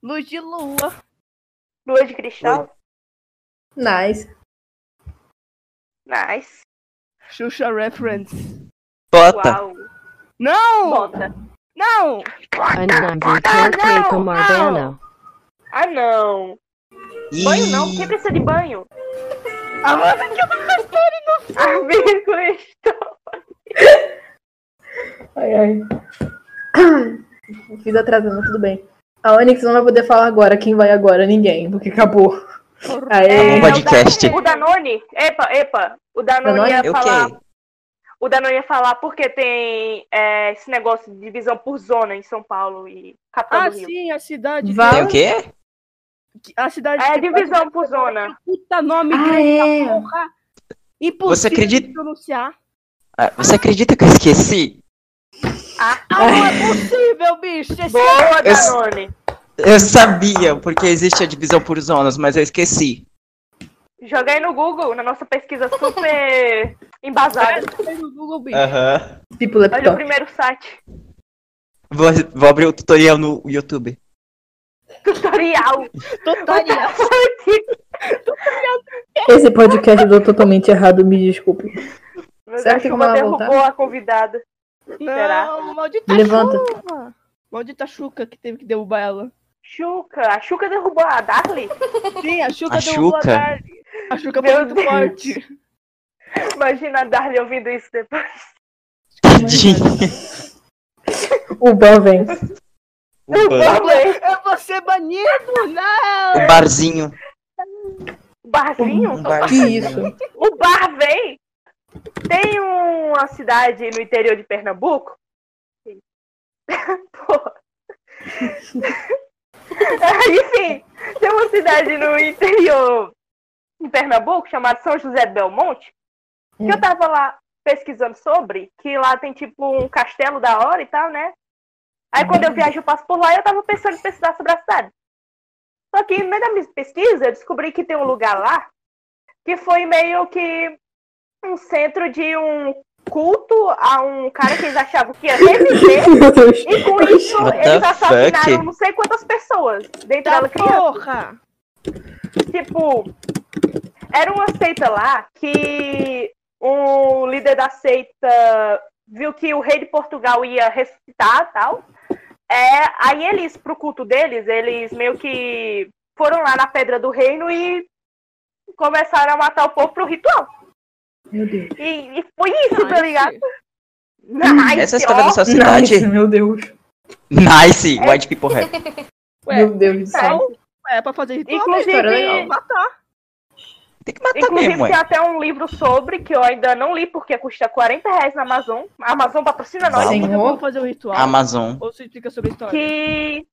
Speaker 4: Luz de lua.
Speaker 5: Lua de cristal?
Speaker 7: Nice.
Speaker 5: Nice.
Speaker 4: Xuxa reference.
Speaker 1: Bota.
Speaker 5: Uau.
Speaker 4: Não!
Speaker 5: Bota.
Speaker 4: Não!
Speaker 8: Ah. Anambi
Speaker 4: não,
Speaker 8: Torque
Speaker 4: não.
Speaker 8: Marbano.
Speaker 5: Ah, não.
Speaker 1: Ih,
Speaker 5: Banho não. Quem precisa de banho?
Speaker 4: A moça que eu tô gostando!
Speaker 5: Amigo, estou.
Speaker 7: Ai, ai. Fiz atrasando, mas tudo bem. A Onyx não vai poder falar agora quem vai agora, ninguém, porque acabou.
Speaker 1: Um
Speaker 7: Aê.
Speaker 5: É, o
Speaker 1: podcast.
Speaker 5: O Danone. Epa, epa. O Danone,
Speaker 7: Danone?
Speaker 5: ia
Speaker 1: Eu
Speaker 5: falar.
Speaker 1: quê?
Speaker 5: O Danone ia fafalar porque tem é, esse negócio de divisão por zona em São Paulo e capital
Speaker 4: Ah,
Speaker 5: do Rio.
Speaker 4: sim, a cidade.
Speaker 7: Vai.
Speaker 1: Tem o quê?
Speaker 4: A cidade.
Speaker 5: É
Speaker 4: que faz
Speaker 5: divisão por zona.
Speaker 4: um Puta nome
Speaker 7: Ah,
Speaker 4: grande
Speaker 7: é.
Speaker 4: da porra. Impossível
Speaker 1: Você acredita-
Speaker 4: de pronunciar.
Speaker 1: Ah, você acredita que eu esqueci?
Speaker 4: Ah, não é possível, bicho. Esse
Speaker 5: Boa,
Speaker 1: Eu-
Speaker 5: Danone.
Speaker 1: Eu sabia, porque existe a divisão por zonas, mas eu esqueci.
Speaker 5: Joga aí no Google, na nossa pesquisa super embasada.
Speaker 4: é no Google, bicho.
Speaker 1: Aham.
Speaker 7: Tipo
Speaker 5: Olha o
Speaker 7: laptop.
Speaker 5: primeiro site.
Speaker 1: Vou, vou abrir o tutorial no YouTube.
Speaker 5: Tutorial.
Speaker 4: Tutorial.
Speaker 7: Esse podcast deu totalmente errado, me desculpe.
Speaker 5: Meu
Speaker 7: Será
Speaker 5: Deus,
Speaker 7: que
Speaker 5: a chuva
Speaker 7: ela vai
Speaker 5: derrubou
Speaker 7: voltar?
Speaker 5: a convidada. Será?
Speaker 4: Não, maldita
Speaker 7: Levanta.
Speaker 4: chuva. Maldita Chuca que teve que derrubar ela.
Speaker 5: Chuca. A Chuca derrubou a Darly.
Speaker 4: Sim, a Chuca
Speaker 1: A
Speaker 4: derrubou
Speaker 1: Xuca?
Speaker 4: a Darly. A Chuca foi
Speaker 5: Meu
Speaker 4: muito
Speaker 5: Deus.
Speaker 4: forte.
Speaker 5: Imagina a Darly ouvindo isso depois.
Speaker 1: Tadinho.
Speaker 7: O Ban vem.
Speaker 1: O, bar,
Speaker 5: Ué,
Speaker 4: Eu vou ser banido! Não!
Speaker 1: o barzinho.
Speaker 5: O barzinho?
Speaker 1: Um bar-
Speaker 7: Que isso?
Speaker 5: O bar vem? Tem uma cidade no interior de Pernambuco? Sim. Porra. Aí sim, tem uma cidade no interior de Pernambuco chamada São José do Belmonte. Que eu tava lá pesquisando sobre, que lá tem tipo um castelo da hora e tal, né? Aí quando eu viajo, eu passo por lá e eu tava pensando em pesquisar sobre a cidade. Só que no meio da minha pesquisa, eu descobri que tem um lugar lá que foi meio que um centro de um culto a um cara que eles achavam que ia reviver.
Speaker 7: Meu Deus.
Speaker 5: E com isso,
Speaker 1: What the
Speaker 5: eles assassinaram
Speaker 1: fuck?
Speaker 5: não sei quantas pessoas. Dentre
Speaker 4: Tá
Speaker 5: elas crianças.
Speaker 4: porra!
Speaker 5: Tipo, era uma seita lá que o líder da seita viu que o rei de Portugal ia ressuscitar e tal. É, aí eles, pro culto deles, eles meio que foram lá na Pedra do Reino e começaram a matar o povo pro ritual.
Speaker 7: Meu Deus.
Speaker 5: E, e foi isso, tá ligado? Nice, É
Speaker 1: Essa é a história
Speaker 5: ó.
Speaker 1: da sua cidade.
Speaker 7: Nice, meu Deus.
Speaker 1: Nice, white people rap.
Speaker 4: Ué,
Speaker 7: Meu Deus do céu.
Speaker 4: então, é pra fazer ritual,
Speaker 5: Inclusive-
Speaker 4: né? Legal. matar.
Speaker 1: Tem
Speaker 7: Tá
Speaker 1: que matar
Speaker 5: Inclusive,
Speaker 1: mesmo, ué.
Speaker 5: tem até um livro sobre, que eu ainda não li, porque custa 40 reais na Amazon. A Amazon patrocina nós.
Speaker 1: Sim.
Speaker 4: Explica como fazer o ritual.
Speaker 1: Amazon.
Speaker 4: Ou você explica sobre a história?
Speaker 5: Que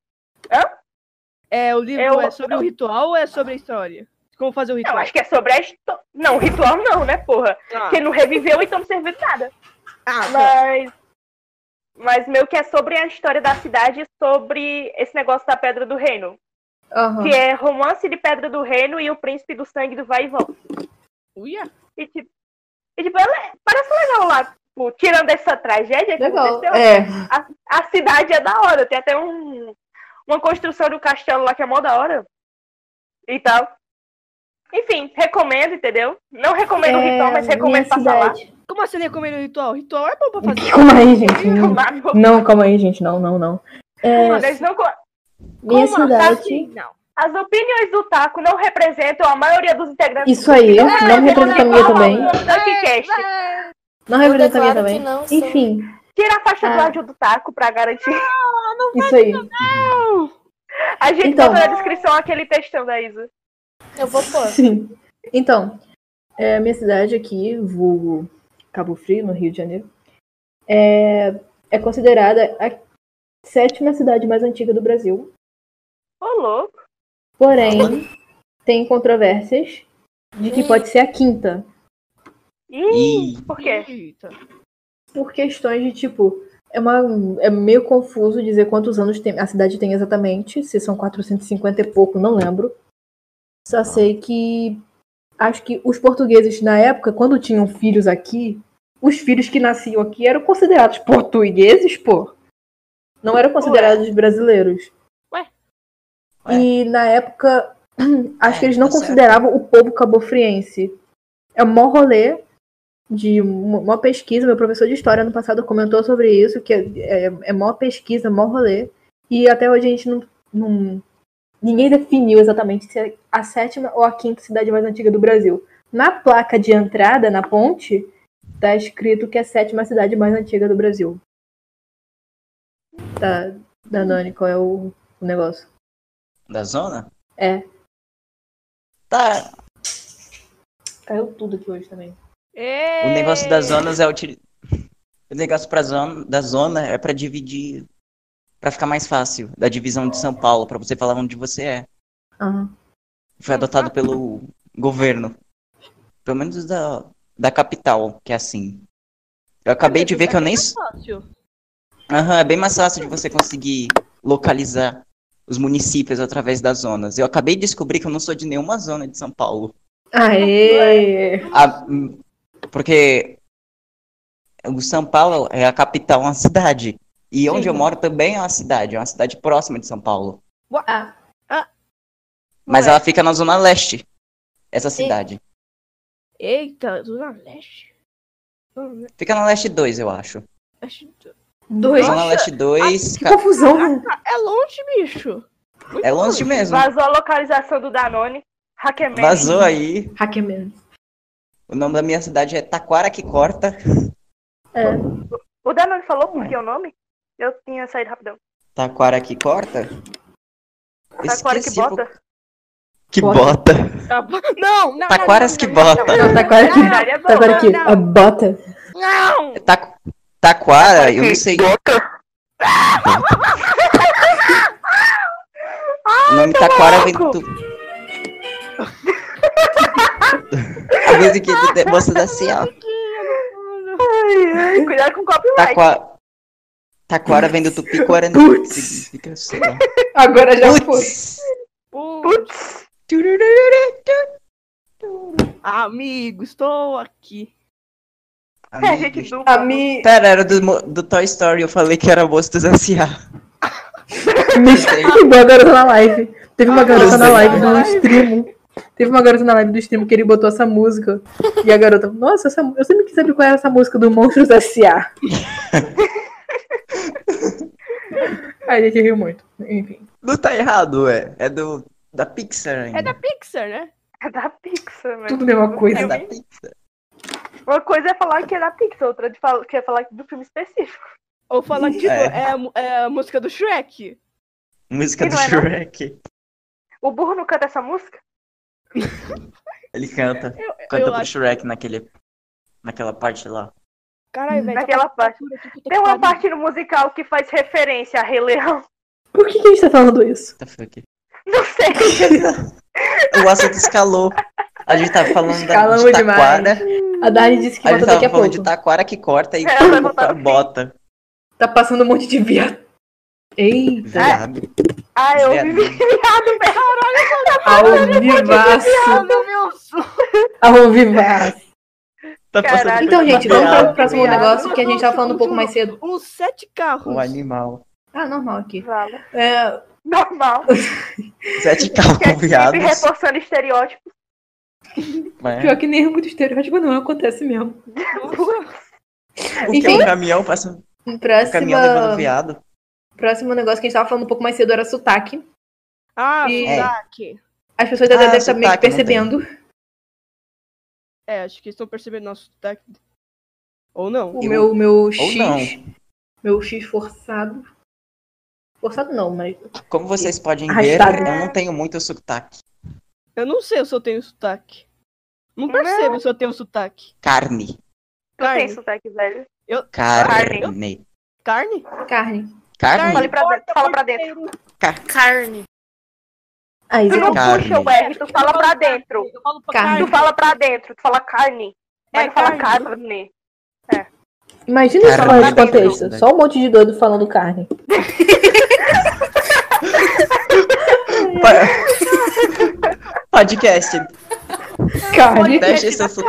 Speaker 4: É, o livro
Speaker 5: Eu-
Speaker 4: é sobre o ritual ou é sobre a história? Como fazer o
Speaker 5: Não,
Speaker 4: ritual?
Speaker 5: acho que é sobre a história. Não, ritual não, né, porra?
Speaker 4: Ah,
Speaker 5: Porque não reviveu, então não serviu de nada.
Speaker 4: ah, bom.
Speaker 5: Mas. Mas meio que é sobre a história da cidade, e sobre esse negócio da Pedra do Reino.
Speaker 7: Aham.
Speaker 5: Que é romance de Pedra do Reino e o príncipe do sangue do vai e volta.
Speaker 4: Uia.
Speaker 5: E tipo, e, tipo, é le- parece legal lá. Tipo, tirando essa tragédia que
Speaker 7: Legal.
Speaker 5: aconteceu,
Speaker 7: É.
Speaker 5: a, a cidade é da hora. Tem até um, uma construção do castelo lá que é mó da hora. E tal. Enfim, recomendo, entendeu? Não recomendo o ritual, mas
Speaker 7: É, minha
Speaker 5: recomendo passar lá.
Speaker 7: cidade.
Speaker 4: Como assim recomendo o ritual? Ritual é bom pra fazer.
Speaker 7: Calma aí, gente. Não,
Speaker 5: Tomar no
Speaker 7: Não, calma aí, gente. Não, não, não. É,
Speaker 5: cu, eles não co-
Speaker 7: Minha
Speaker 4: Como
Speaker 7: cidade.
Speaker 4: assim? Não.
Speaker 5: As opiniões do Taco não representam a maioria dos integrantes.
Speaker 7: Isso aí. Não representa a minha também.
Speaker 5: do Dunkcast.
Speaker 7: Não
Speaker 6: Eu
Speaker 7: representa a minha
Speaker 6: declaro que
Speaker 7: também.
Speaker 6: não sou.
Speaker 7: Enfim,
Speaker 5: Tira a faixa do
Speaker 7: Ah.
Speaker 5: áudio do Taco pra garantir.
Speaker 7: isso aí.
Speaker 5: A gente
Speaker 7: Então.
Speaker 5: bota na descrição aquele textão da Isa.
Speaker 6: Eu vou pôr.
Speaker 7: Sim. Então, é, minha cidade aqui, vulgo Cabo Frio, no Rio de Janeiro, é, é considerada a sétima cidade mais antiga do Brasil.
Speaker 5: Ô, louco.
Speaker 7: Porém, tem controvérsias de que
Speaker 6: Ih.
Speaker 7: pode ser a quinta.
Speaker 5: Ih,
Speaker 1: Ih.
Speaker 5: por quê?
Speaker 4: Eita.
Speaker 7: Por questões de tipo. É, uma, é meio confuso dizer quantos anos tem- a cidade tem exatamente, se são 450 e pouco, não lembro.
Speaker 1: Tá.
Speaker 7: Só sei que acho que os portugueses na época, quando tinham filhos aqui, os filhos que nasciam aqui eram considerados portugueses, pô. Não eram considerados brasileiros.
Speaker 4: Ué.
Speaker 7: E na época, acho
Speaker 1: É,
Speaker 7: que eles não
Speaker 1: tá certo.
Speaker 7: consideravam o povo cabofriense. É um mó rolê de uma mó pesquisa. Meu professor de história no passado comentou sobre isso, que é, é, é mó pesquisa, mó rolê. E até hoje a gente não- não Ninguém definiu exatamente se é a sétima ou a quinta cidade mais antiga do Brasil. Na placa de entrada, na ponte, tá escrito que é a sétima cidade mais antiga do Brasil. Tá, Danone, qual é o, o negócio?
Speaker 1: Da zona?
Speaker 7: É.
Speaker 1: Tá.
Speaker 7: Caiu tudo aqui hoje também.
Speaker 4: Ei.
Speaker 1: O negócio das zonas é util... O negócio pra zona, da zona é pra dividir. Pra ficar mais fácil. Da divisão de São Paulo, pra você falar onde você é.
Speaker 7: Aham.
Speaker 1: Foi adotado pelo governo. Pelo menos os da, da capital, que é assim. Eu acabei de ver que eu nem. s-
Speaker 4: Fácil.
Speaker 1: Aham, é bem mais fácil de você conseguir localizar os municípios através das zonas. Eu acabei de descobrir que eu não sou de nenhuma zona de São Paulo.
Speaker 7: Aê!
Speaker 1: A- hum, porque o São Paulo é a capital, é uma cidade. E onde eu moro também é uma cidade, é uma cidade próxima de São Paulo.
Speaker 7: Ah,
Speaker 1: Mas
Speaker 4: Ué.
Speaker 1: ela fica na zona leste, essa cidade.
Speaker 4: Eita, Zona Leste. Zona
Speaker 1: Fica na leste 2, eu acho.
Speaker 4: Leste.
Speaker 7: dois.
Speaker 1: Zona leste 2,
Speaker 7: Que confusão, né?
Speaker 4: É longe, bicho.
Speaker 1: é longe mesmo.
Speaker 5: Vazou a localização do Danone. Hackman.
Speaker 1: Vazou aí.
Speaker 7: Hackerman.
Speaker 1: O nome da minha cidade é Taquara que corta.
Speaker 7: É.
Speaker 5: O Danone falou por que é o nome? Eu tinha saído rapidão.
Speaker 1: Taquara que corta?
Speaker 5: Taquara que
Speaker 1: Esqueci um por-
Speaker 5: bota?
Speaker 1: Que
Speaker 7: Bota.
Speaker 1: bota.
Speaker 4: Tá bom. Não, não.
Speaker 1: Taquaras que bota.
Speaker 7: Não, tá agora aqui.
Speaker 5: Caralho, é bom.
Speaker 7: Tá agora aqui.
Speaker 4: Não.
Speaker 7: A bota.
Speaker 4: Não!
Speaker 1: Ta- Taquara, eu não sei. O nome Taquara vem do. A música do The Moça assim, da Cial.
Speaker 5: Ai, Cuidado com o copyright.
Speaker 1: Taquara. Taquara vem do tupi guarani. que
Speaker 7: Putz.
Speaker 1: Significa sei lá.
Speaker 7: Agora já foi.
Speaker 1: Putz.
Speaker 4: Putz.
Speaker 5: Putz.
Speaker 4: Amigo, estou aqui.
Speaker 5: É, gente dupla.
Speaker 7: Ami...
Speaker 1: Pera, era do, mo- do Toy Story, eu falei que era moça da Cial.
Speaker 7: Igual a garota na live. Teve
Speaker 1: Ah,
Speaker 7: uma garota na
Speaker 1: Nossa.
Speaker 7: live do stream. Teve uma garota na live do stream que ele botou essa música. E a garota, nossa, essa... eu sempre quis saber qual era essa música do Monstros S.A. Aí a gente riu muito. Enfim.
Speaker 1: Não tá errado, ué. É do. Da Pixar ainda.
Speaker 4: É da Pixar, né?
Speaker 5: É da Pixar, velho.
Speaker 7: Tudo a mesma coisa.
Speaker 1: É da Pixar.
Speaker 5: Uma coisa é falar que é da Pixar, outra de fal- que é falar do filme específico.
Speaker 4: Ou falar que tipo,
Speaker 1: É.
Speaker 4: é. a mu- é a música do Shrek.
Speaker 1: Música
Speaker 5: Que
Speaker 1: do
Speaker 5: não é não?
Speaker 1: Shrek.
Speaker 5: O burro não canta essa música?
Speaker 1: Ele canta.
Speaker 4: eu
Speaker 1: Canta pro
Speaker 4: acho-
Speaker 1: Shrek naquele. Naquela parte lá.
Speaker 4: Caralho, velho.
Speaker 5: Naquela parte.
Speaker 4: É
Speaker 5: Tem uma parte no musical que faz referência a Rei Leão.
Speaker 7: Por que, que a gente tá falando isso?
Speaker 1: What the fuck?
Speaker 5: Não sei.
Speaker 1: O assunto escalou. A gente tava falando da,
Speaker 7: Escalamos
Speaker 1: de
Speaker 7: demais.
Speaker 1: taquara.
Speaker 7: A Dari disse que
Speaker 1: A gente
Speaker 7: volta
Speaker 1: tava
Speaker 7: daqui a
Speaker 1: falando
Speaker 7: pouco.
Speaker 1: de taquara que corta e
Speaker 5: Ela vai botar no fim.
Speaker 1: bota.
Speaker 7: Tá passando um monte de viado. Eita,
Speaker 1: Viado.
Speaker 5: Ah, eu
Speaker 1: Viado.
Speaker 5: vivi viado mesmo.
Speaker 7: ao vivaço.
Speaker 4: Meu meu sonho.
Speaker 7: Ao vivaço.
Speaker 1: Tá passando
Speaker 5: Caralho.
Speaker 7: Então, gente, vamos para o
Speaker 1: Viado.
Speaker 7: próximo
Speaker 4: Viado.
Speaker 7: negócio que a gente tava falando um pouco mais cedo.
Speaker 4: Uns sete carros.
Speaker 1: Um animal.
Speaker 7: Ah, normal aqui. É,
Speaker 5: Normal.
Speaker 1: Sete
Speaker 5: Que é
Speaker 1: carros, viado.
Speaker 5: sempre reforçando estereótipos.
Speaker 1: Mas
Speaker 7: pior que nem é muito estereótipo, não, acontece mesmo.
Speaker 1: O que é
Speaker 7: Enfim.
Speaker 1: um caminhão passando? Um caminhão levando
Speaker 7: Próxima,
Speaker 1: viado.
Speaker 7: próximo negócio que a gente tava falando um pouco mais cedo era sotaque.
Speaker 4: Ah,
Speaker 7: E-
Speaker 1: É,
Speaker 4: sotaque.
Speaker 7: As pessoas da
Speaker 1: Ah,
Speaker 7: devem estar meio
Speaker 1: sotaque,
Speaker 7: que
Speaker 1: não tem.
Speaker 7: percebendo.
Speaker 4: É, acho que estão percebendo nosso sotaque. Ou não.
Speaker 7: O
Speaker 1: Eu-
Speaker 7: meu, meu X.
Speaker 1: não.
Speaker 7: Meu X forçado. Forçado não, mas.
Speaker 1: Como vocês podem
Speaker 7: Arrastado.
Speaker 1: ver, eu não tenho muito sotaque.
Speaker 4: Eu não sei se eu tenho sotaque. Não percebo se eu tenho sotaque.
Speaker 1: Carne.
Speaker 5: Não tem
Speaker 4: Carne.
Speaker 5: sotaque, velho.
Speaker 1: Carne.
Speaker 4: Carne?
Speaker 7: Carne.
Speaker 1: Carne?
Speaker 5: Fala pra dentro. Fala pra dentro.
Speaker 9: Carne.
Speaker 7: Aí,
Speaker 5: Tu não
Speaker 7: Isabel.
Speaker 1: Carne.
Speaker 5: puxa o R, tu fala pra dentro.
Speaker 4: Eu falo pra
Speaker 7: Carne.
Speaker 4: carne.
Speaker 5: Tu fala pra dentro, tu fala carne. Mas
Speaker 4: É,
Speaker 5: tu fala
Speaker 4: carne.
Speaker 5: carne. né?
Speaker 7: Imagina isso
Speaker 1: Carne é
Speaker 7: fora de
Speaker 1: também tem
Speaker 7: contexto.
Speaker 1: sotaque.
Speaker 7: Só um monte de doido falando carne.
Speaker 1: Pa- Podcast.
Speaker 7: Carne.
Speaker 1: Teste seu, so...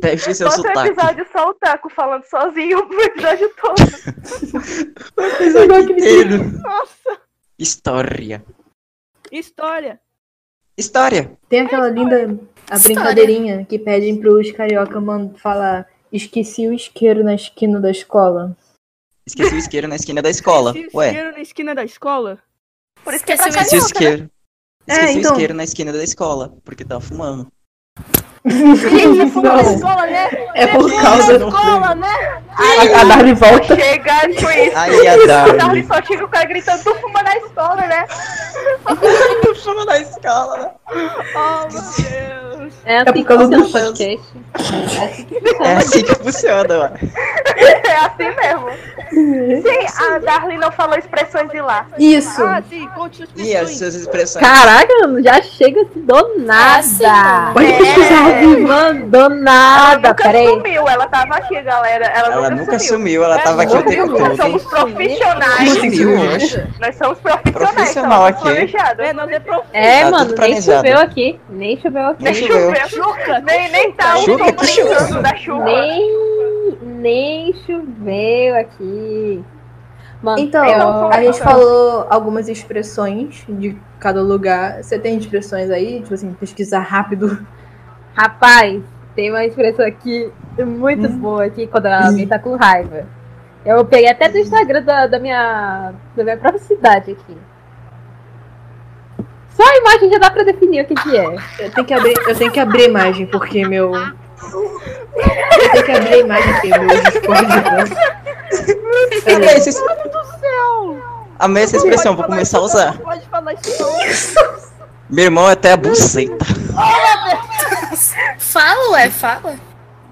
Speaker 1: Teste seu
Speaker 5: Nossa, o
Speaker 1: Tá sotaque.
Speaker 5: episódio só o Taco falando sozinho pro episódio todo.
Speaker 1: Inteiro.
Speaker 4: Nossa.
Speaker 1: História.
Speaker 4: História.
Speaker 1: História.
Speaker 7: Tem aquela linda a
Speaker 9: História.
Speaker 7: brincadeirinha que pedem pros carioca man- falar esqueci o isqueiro na esquina da escola.
Speaker 1: Esqueci o isqueiro na esquina da escola.
Speaker 4: Se
Speaker 1: Ué,
Speaker 4: isqueiro na esquina da escola.
Speaker 5: Por isso que é pra
Speaker 9: Esqueceu
Speaker 1: esqueci o
Speaker 5: carioca, né?
Speaker 1: isqueiro. Esqueci
Speaker 7: É, então.
Speaker 1: o isqueiro na esquina da escola, porque tava fumando.
Speaker 7: Não,
Speaker 4: escola, né?
Speaker 7: é por causa do...
Speaker 4: Escola, né?
Speaker 7: A, a Darby volta.
Speaker 5: Chega com isso.
Speaker 1: Aí a
Speaker 5: O Darwin
Speaker 1: Darwin.
Speaker 5: só chega o cara gritando, tu fuma na escola, né?
Speaker 1: Fuma na escola, né?
Speaker 4: Oh, meu Deus.
Speaker 10: É
Speaker 7: É por causa do
Speaker 10: podcast.
Speaker 1: É assim que funciona, mano.
Speaker 5: É assim mesmo.
Speaker 1: Uhum.
Speaker 5: Sim, a Darlene não falou expressões de lá.
Speaker 7: Isso.
Speaker 4: Ah, sim, conte as
Speaker 1: E as
Speaker 4: pessoas.
Speaker 1: suas expressões.
Speaker 10: Caraca, já chega assim do
Speaker 9: Assim,
Speaker 10: nada.
Speaker 5: É,
Speaker 7: Pode pesquisar ao vivo.
Speaker 10: Mano, do nada.
Speaker 5: Ah, nunca
Speaker 10: Peraí.
Speaker 5: sumiu, ela tava aqui, galera. Ela,
Speaker 1: Ela
Speaker 5: nunca
Speaker 1: nunca
Speaker 5: sumiu.
Speaker 1: sumiu, É, ela tava aqui o tempo
Speaker 10: sumiu,
Speaker 5: Nós
Speaker 10: ela
Speaker 1: todo.
Speaker 5: somos profissionais.
Speaker 1: Não sumiu, hoje.
Speaker 5: Nós somos profissionais.
Speaker 1: Profissional
Speaker 5: somos
Speaker 1: aqui.
Speaker 5: planejados.
Speaker 4: É, nós é prof...
Speaker 10: É,
Speaker 1: Tá tudo
Speaker 10: mano, nem
Speaker 1: planejado.
Speaker 10: choveu aqui. Nem choveu aqui.
Speaker 1: Nem
Speaker 5: Nem
Speaker 1: choveu.
Speaker 5: choveu.
Speaker 4: Chuca.
Speaker 5: Nem, nem tá um
Speaker 1: Chuva, que chuva.
Speaker 5: compreendido da chuva.
Speaker 10: Nem, nem choveu aqui. Mano,
Speaker 7: Então, a gente falou algumas expressões de cada lugar. Você tem expressões aí? Tipo assim, pesquisar rápido.
Speaker 10: rapaz, tem uma expressão aqui muito boa aqui quando alguém tá com raiva. Eu peguei até do Instagram da, da minha, da minha própria cidade aqui. Só a imagem já dá pra definir o que, que é.
Speaker 7: Eu tenho que abrir, eu tenho que abrir a imagem, porque meu. Eu tenho que abrir a imagem, porque meu Discord. né?
Speaker 1: Amei essa ex- Amei essa expressão, vou começar a usar.
Speaker 4: Pode falar isso não.
Speaker 1: Meu irmão é até a buceta.
Speaker 9: Fala, ué, fala.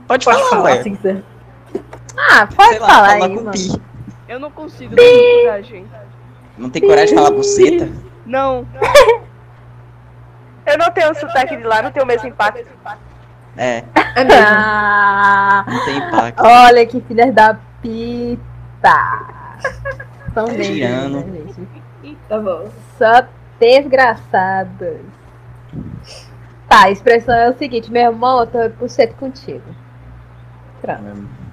Speaker 1: Pode
Speaker 7: Pode
Speaker 1: falar,
Speaker 7: falar,
Speaker 1: ué.
Speaker 7: se quiser.
Speaker 10: Ah, pode
Speaker 1: Sei lá,
Speaker 10: falar
Speaker 1: falar
Speaker 10: aí,
Speaker 1: com
Speaker 10: mano.
Speaker 1: pi.
Speaker 4: Eu não consigo, não tenho coragem.
Speaker 1: Não tem coragem de falar buceta?
Speaker 4: Não.
Speaker 5: Eu não tenho sotaque de lá, não tenho o mesmo impacto.
Speaker 1: É,
Speaker 7: É mesmo.
Speaker 10: Ah,
Speaker 1: não tem impacto.
Speaker 10: olha que filhas da pita. São bem,
Speaker 1: Indiano.
Speaker 10: né, gente?
Speaker 7: Tá bom.
Speaker 10: Só desgraçados. Tá, a expressão é o seguinte, meu irmão, eu tô conceito contigo.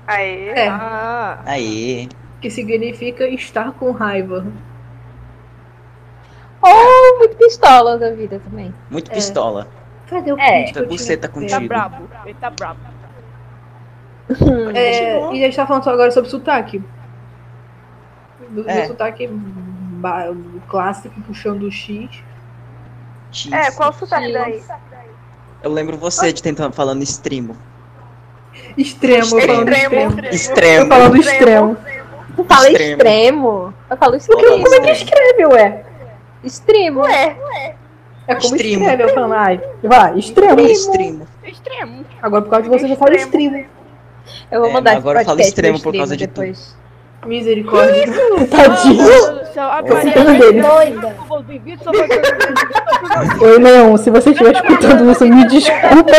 Speaker 5: Aí.
Speaker 7: É,
Speaker 4: Ah.
Speaker 1: Aí.
Speaker 7: que significa estar com raiva.
Speaker 10: Ou Oh, muito pistola da vida também.
Speaker 1: Muito
Speaker 7: É.
Speaker 1: pistola.
Speaker 7: Cadê o
Speaker 10: É.
Speaker 7: print que eu tinha
Speaker 1: Buceta
Speaker 7: que
Speaker 4: Tá
Speaker 1: contigo.
Speaker 4: brabo. Ele tá brabo.
Speaker 7: ver? É, e a gente tá falando só agora sobre sotaque. Do, do
Speaker 1: É.
Speaker 7: sotaque ba- clássico, puxando o X.
Speaker 1: X.
Speaker 5: É, qual o sotaque
Speaker 10: Sim.
Speaker 5: daí?
Speaker 1: Eu lembro você de tentando falando extremo.
Speaker 7: Extremo, eu falando
Speaker 5: Extremo.
Speaker 7: extremo. Eu
Speaker 1: Extremo.
Speaker 7: falando extremo.
Speaker 10: Eu falo
Speaker 1: Extremo.
Speaker 10: extremo. Eu falo
Speaker 1: Fala
Speaker 10: extremo.
Speaker 1: Como é que extremo.
Speaker 7: escreve, ué?
Speaker 10: Extremo.
Speaker 7: É como
Speaker 1: Extremo.
Speaker 7: escreve, eu falando, ai, vai, extremo.
Speaker 1: Extremo.
Speaker 4: Extremo.
Speaker 7: Agora por causa de você, eu falo extremo.
Speaker 10: Eu vou
Speaker 1: É,
Speaker 10: mandar
Speaker 1: agora
Speaker 10: esse
Speaker 1: fala
Speaker 10: podcast
Speaker 1: extremo
Speaker 10: pro
Speaker 1: por causa de
Speaker 10: depois.
Speaker 7: Misericórdia. Tadinho.
Speaker 4: Ah, Marcel, a
Speaker 7: Eu
Speaker 4: Maria
Speaker 7: sei o nome dele.
Speaker 4: doida. né? Eu vou vir, Vitor, só vai
Speaker 7: Oi, Leon, se você estiver escutando isso, me desculpa.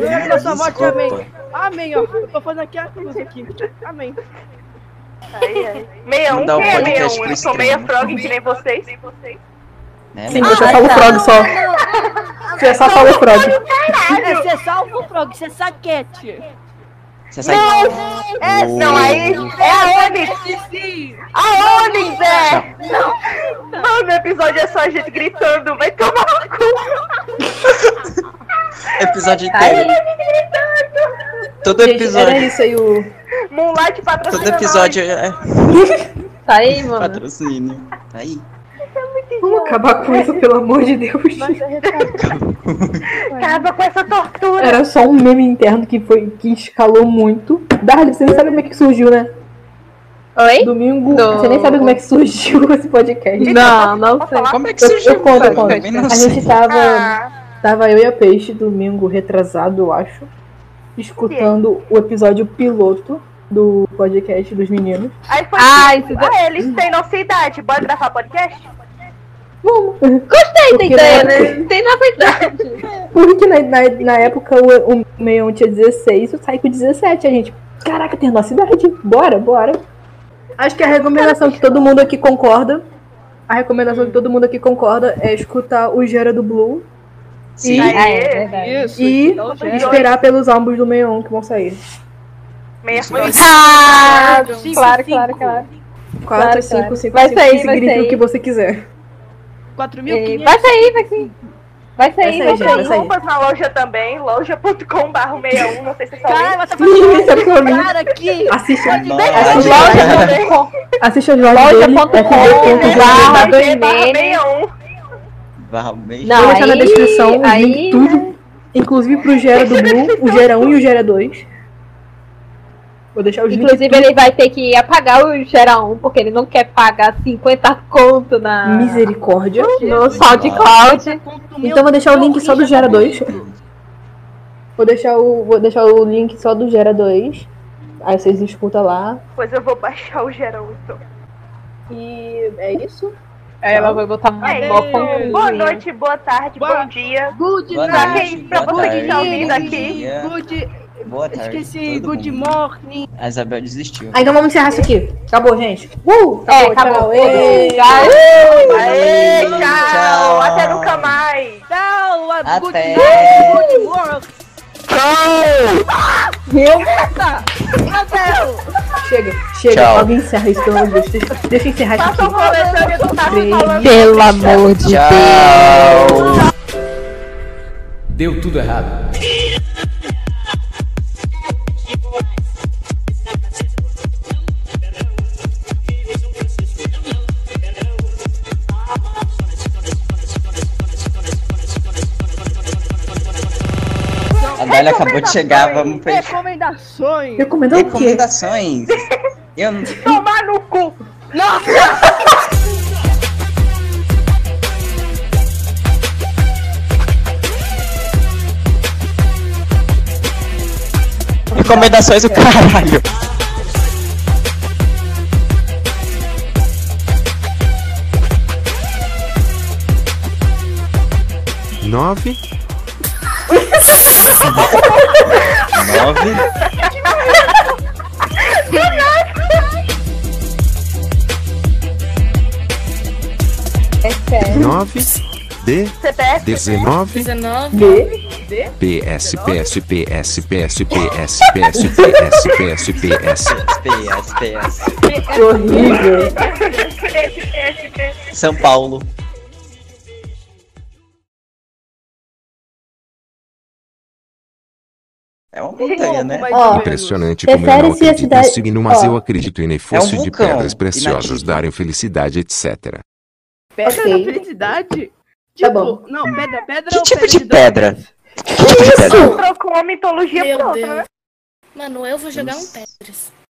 Speaker 4: Amém, na sua morte, é amém. Amém, ó. Eu tô fazendo aqui a cruz aqui. Amém.
Speaker 5: Ai, ai. Meia um,
Speaker 1: Não dá um
Speaker 5: quem é meia
Speaker 1: podcast
Speaker 5: um?
Speaker 1: pro
Speaker 5: Eu sou meia
Speaker 1: extremo.
Speaker 5: frog que nem vocês.
Speaker 1: Né,
Speaker 7: Sim,
Speaker 1: mano?
Speaker 7: eu só falo frog só. Eu só falo frog.
Speaker 4: É, Você salva o frog, você é saquete.
Speaker 1: Você sai.
Speaker 5: É,
Speaker 1: Oh.
Speaker 5: não, aí é a Onix. A Onix, é! Não, não, meu episódio é só a gente gritando, vai tomar no cu.
Speaker 1: é Episódio
Speaker 10: Tá
Speaker 7: Ai,
Speaker 1: inteiro. Todo
Speaker 7: gente, era
Speaker 1: episódio.
Speaker 7: isso aí o.
Speaker 5: Moonlight patrocina
Speaker 1: Todo episódio é
Speaker 10: Tá aí, mano.
Speaker 1: patrocínio. Tá aí.
Speaker 7: Vamos acabar com isso, pelo amor de Deus.
Speaker 5: nós. Acaba com essa tortura.
Speaker 7: Era só um meme interno que foi que escalou muito. Darly, você nem sabe como é que surgiu, né?
Speaker 10: Oi?
Speaker 7: Domingo,
Speaker 10: Não.
Speaker 7: você nem sabe como é que surgiu esse podcast.
Speaker 10: Não, não sei. é
Speaker 1: Como é que
Speaker 7: Eu- eu
Speaker 1: surgiu?
Speaker 7: conto,
Speaker 1: cara?
Speaker 7: eu conto.
Speaker 1: Também não
Speaker 7: A
Speaker 1: sei.
Speaker 7: gente tá tava,
Speaker 5: Então, Ah,
Speaker 7: tava eu e a Peixe domingo retrasado, eu acho, escutando o episódio piloto do podcast dos meninos.
Speaker 5: aí foi
Speaker 10: Ah, isso da...
Speaker 5: Ah, eles têm nossa idade. Bora gravar podcast?
Speaker 7: Vamos!
Speaker 10: Gostei da
Speaker 7: Porque
Speaker 10: ideia,
Speaker 7: na
Speaker 10: né? Não tem nada idade.
Speaker 7: Porque na, na, na época o, o Meion tinha 16, eu saí com 17. A gente, caraca, tem a nossa idade. Bora, bora. Acho que a recomendação que todo mundo aqui concorda. A recomendação que todo mundo aqui concorda é escutar o Gera do Blue
Speaker 1: Sim.
Speaker 7: E-
Speaker 10: Ah, é verdade.
Speaker 4: Isso.
Speaker 7: E-
Speaker 4: então,
Speaker 10: É.
Speaker 7: e
Speaker 4: gente,
Speaker 7: esperar pelos álbuns do Meion que vão sair.
Speaker 5: Meia
Speaker 1: Isso aí.
Speaker 10: Ah,
Speaker 4: cinco,
Speaker 10: claro,
Speaker 4: cinco.
Speaker 10: claro, claro.
Speaker 7: 4,
Speaker 10: Claro,
Speaker 7: 5,
Speaker 10: claro.
Speaker 7: 5,
Speaker 10: Vai
Speaker 7: 5,
Speaker 10: sair, vai
Speaker 7: significa
Speaker 10: sair.
Speaker 7: o que você quiser.
Speaker 10: Ei,
Speaker 4: 4.500.
Speaker 10: Vai sair, vai sair. Vai sair,
Speaker 7: Vai sair,
Speaker 10: vai sair.
Speaker 7: gente, vai
Speaker 5: Tem roupas na loja também, loja.com.br61, não sei se é vocês sabem.
Speaker 4: Cara, você vai
Speaker 7: Isso é pra mim.
Speaker 4: cara aqui.
Speaker 7: Assiste,
Speaker 1: Nossa,
Speaker 10: tá
Speaker 5: Né?
Speaker 7: assiste as lives dele. é
Speaker 10: né? Loja.com.br.
Speaker 7: FB.com.br.
Speaker 10: barra um. dois meses.
Speaker 5: 61.
Speaker 1: Barra beijo.
Speaker 10: Não,
Speaker 7: Vou deixar na
Speaker 10: aí-
Speaker 7: descrição o
Speaker 10: aí, né?
Speaker 7: link, tudo. Inclusive pro Gera do Blue, o Gera 1 e o Gera 2. Vou deixar os links.
Speaker 10: Inclusive, ele vai ter que apagar o Geral 1, porque ele não quer pagar 50 conto na,
Speaker 7: Misericórdia.
Speaker 10: no SoundCloud.
Speaker 7: Então vou deixar o link só do Gera 2. Vou deixar o, vou deixar o link só do Gera 2. Aí vocês escutam lá.
Speaker 5: Pois eu vou baixar o geral então.
Speaker 7: E é isso.
Speaker 10: Aí Ela vai botar uma
Speaker 5: É
Speaker 10: boa
Speaker 5: isso.
Speaker 10: pontuzinha.
Speaker 5: Boa noite, boa tarde,
Speaker 4: Boa-
Speaker 5: bom dia.
Speaker 4: Good
Speaker 1: Boa
Speaker 5: Pra
Speaker 4: night.
Speaker 5: quem, pra
Speaker 1: Boa
Speaker 5: você que tá
Speaker 1: tarde.
Speaker 5: ouvindo aqui,
Speaker 4: Good.
Speaker 1: Boa tarde.
Speaker 4: Esqueci.
Speaker 1: Tá todo
Speaker 4: Good
Speaker 1: mundo.
Speaker 4: morning.
Speaker 1: A Isabel desistiu.
Speaker 7: Ah, então vamos encerrar isso aqui. Acabou, gente. Uh!
Speaker 10: É,
Speaker 7: acabou. tchau.
Speaker 10: acabou.
Speaker 7: Ei.
Speaker 5: aê, tchau,
Speaker 1: Tchau.
Speaker 5: até nunca mais.
Speaker 4: Tchau. a Good
Speaker 1: Até.
Speaker 4: night. Good work.
Speaker 7: Chega, chega.
Speaker 1: Tchau.
Speaker 7: Alguém encerra isso, pelo amor de Deus. Deixa, deixa Tá eu encerrar isso
Speaker 5: Faça o
Speaker 7: aqui.
Speaker 5: rolê do que tá falando.
Speaker 10: Pelo amor de
Speaker 1: Tchau.
Speaker 11: Deu tudo errado.
Speaker 1: A Dália acabou de chegar, vamos fechar.
Speaker 4: Recomendações.
Speaker 7: Recomendou o quê?
Speaker 1: Recomendações. Eu não
Speaker 5: Tomar no cu.
Speaker 1: Recomendações do caralho.
Speaker 2: nove
Speaker 1: Nove.
Speaker 7: É.
Speaker 2: nove D,
Speaker 5: CPF,
Speaker 2: 19,
Speaker 9: 19.
Speaker 7: B.
Speaker 2: PS, PS, PS, PS, PS, PS, PS, PS, PS.
Speaker 1: PS, PS.
Speaker 7: Que horrível.
Speaker 1: São Paulo. É uma montanha, né?
Speaker 7: Ó,
Speaker 2: Impressionante como eu
Speaker 7: Prefere
Speaker 2: não
Speaker 7: se a
Speaker 2: acredito
Speaker 7: cidade-
Speaker 2: em signo, mas
Speaker 7: Ó,
Speaker 2: eu acredito
Speaker 11: É um
Speaker 2: em efúcio de
Speaker 1: vulcão,
Speaker 2: pedras preciosas
Speaker 1: inativo.
Speaker 2: darem felicidade, etc.
Speaker 4: Pedra
Speaker 7: Ok.
Speaker 4: da felicidade?
Speaker 7: Tá
Speaker 4: Tipo,
Speaker 7: bom.
Speaker 4: não, pedra, pedra
Speaker 1: Que
Speaker 4: ou
Speaker 1: tipo de
Speaker 4: felicidade?
Speaker 1: Que tipo isso?
Speaker 5: trocou a mitologia
Speaker 9: Meu
Speaker 5: pronta,
Speaker 9: Deus.
Speaker 5: né?
Speaker 9: Mano, eu vou jogar um Tetris.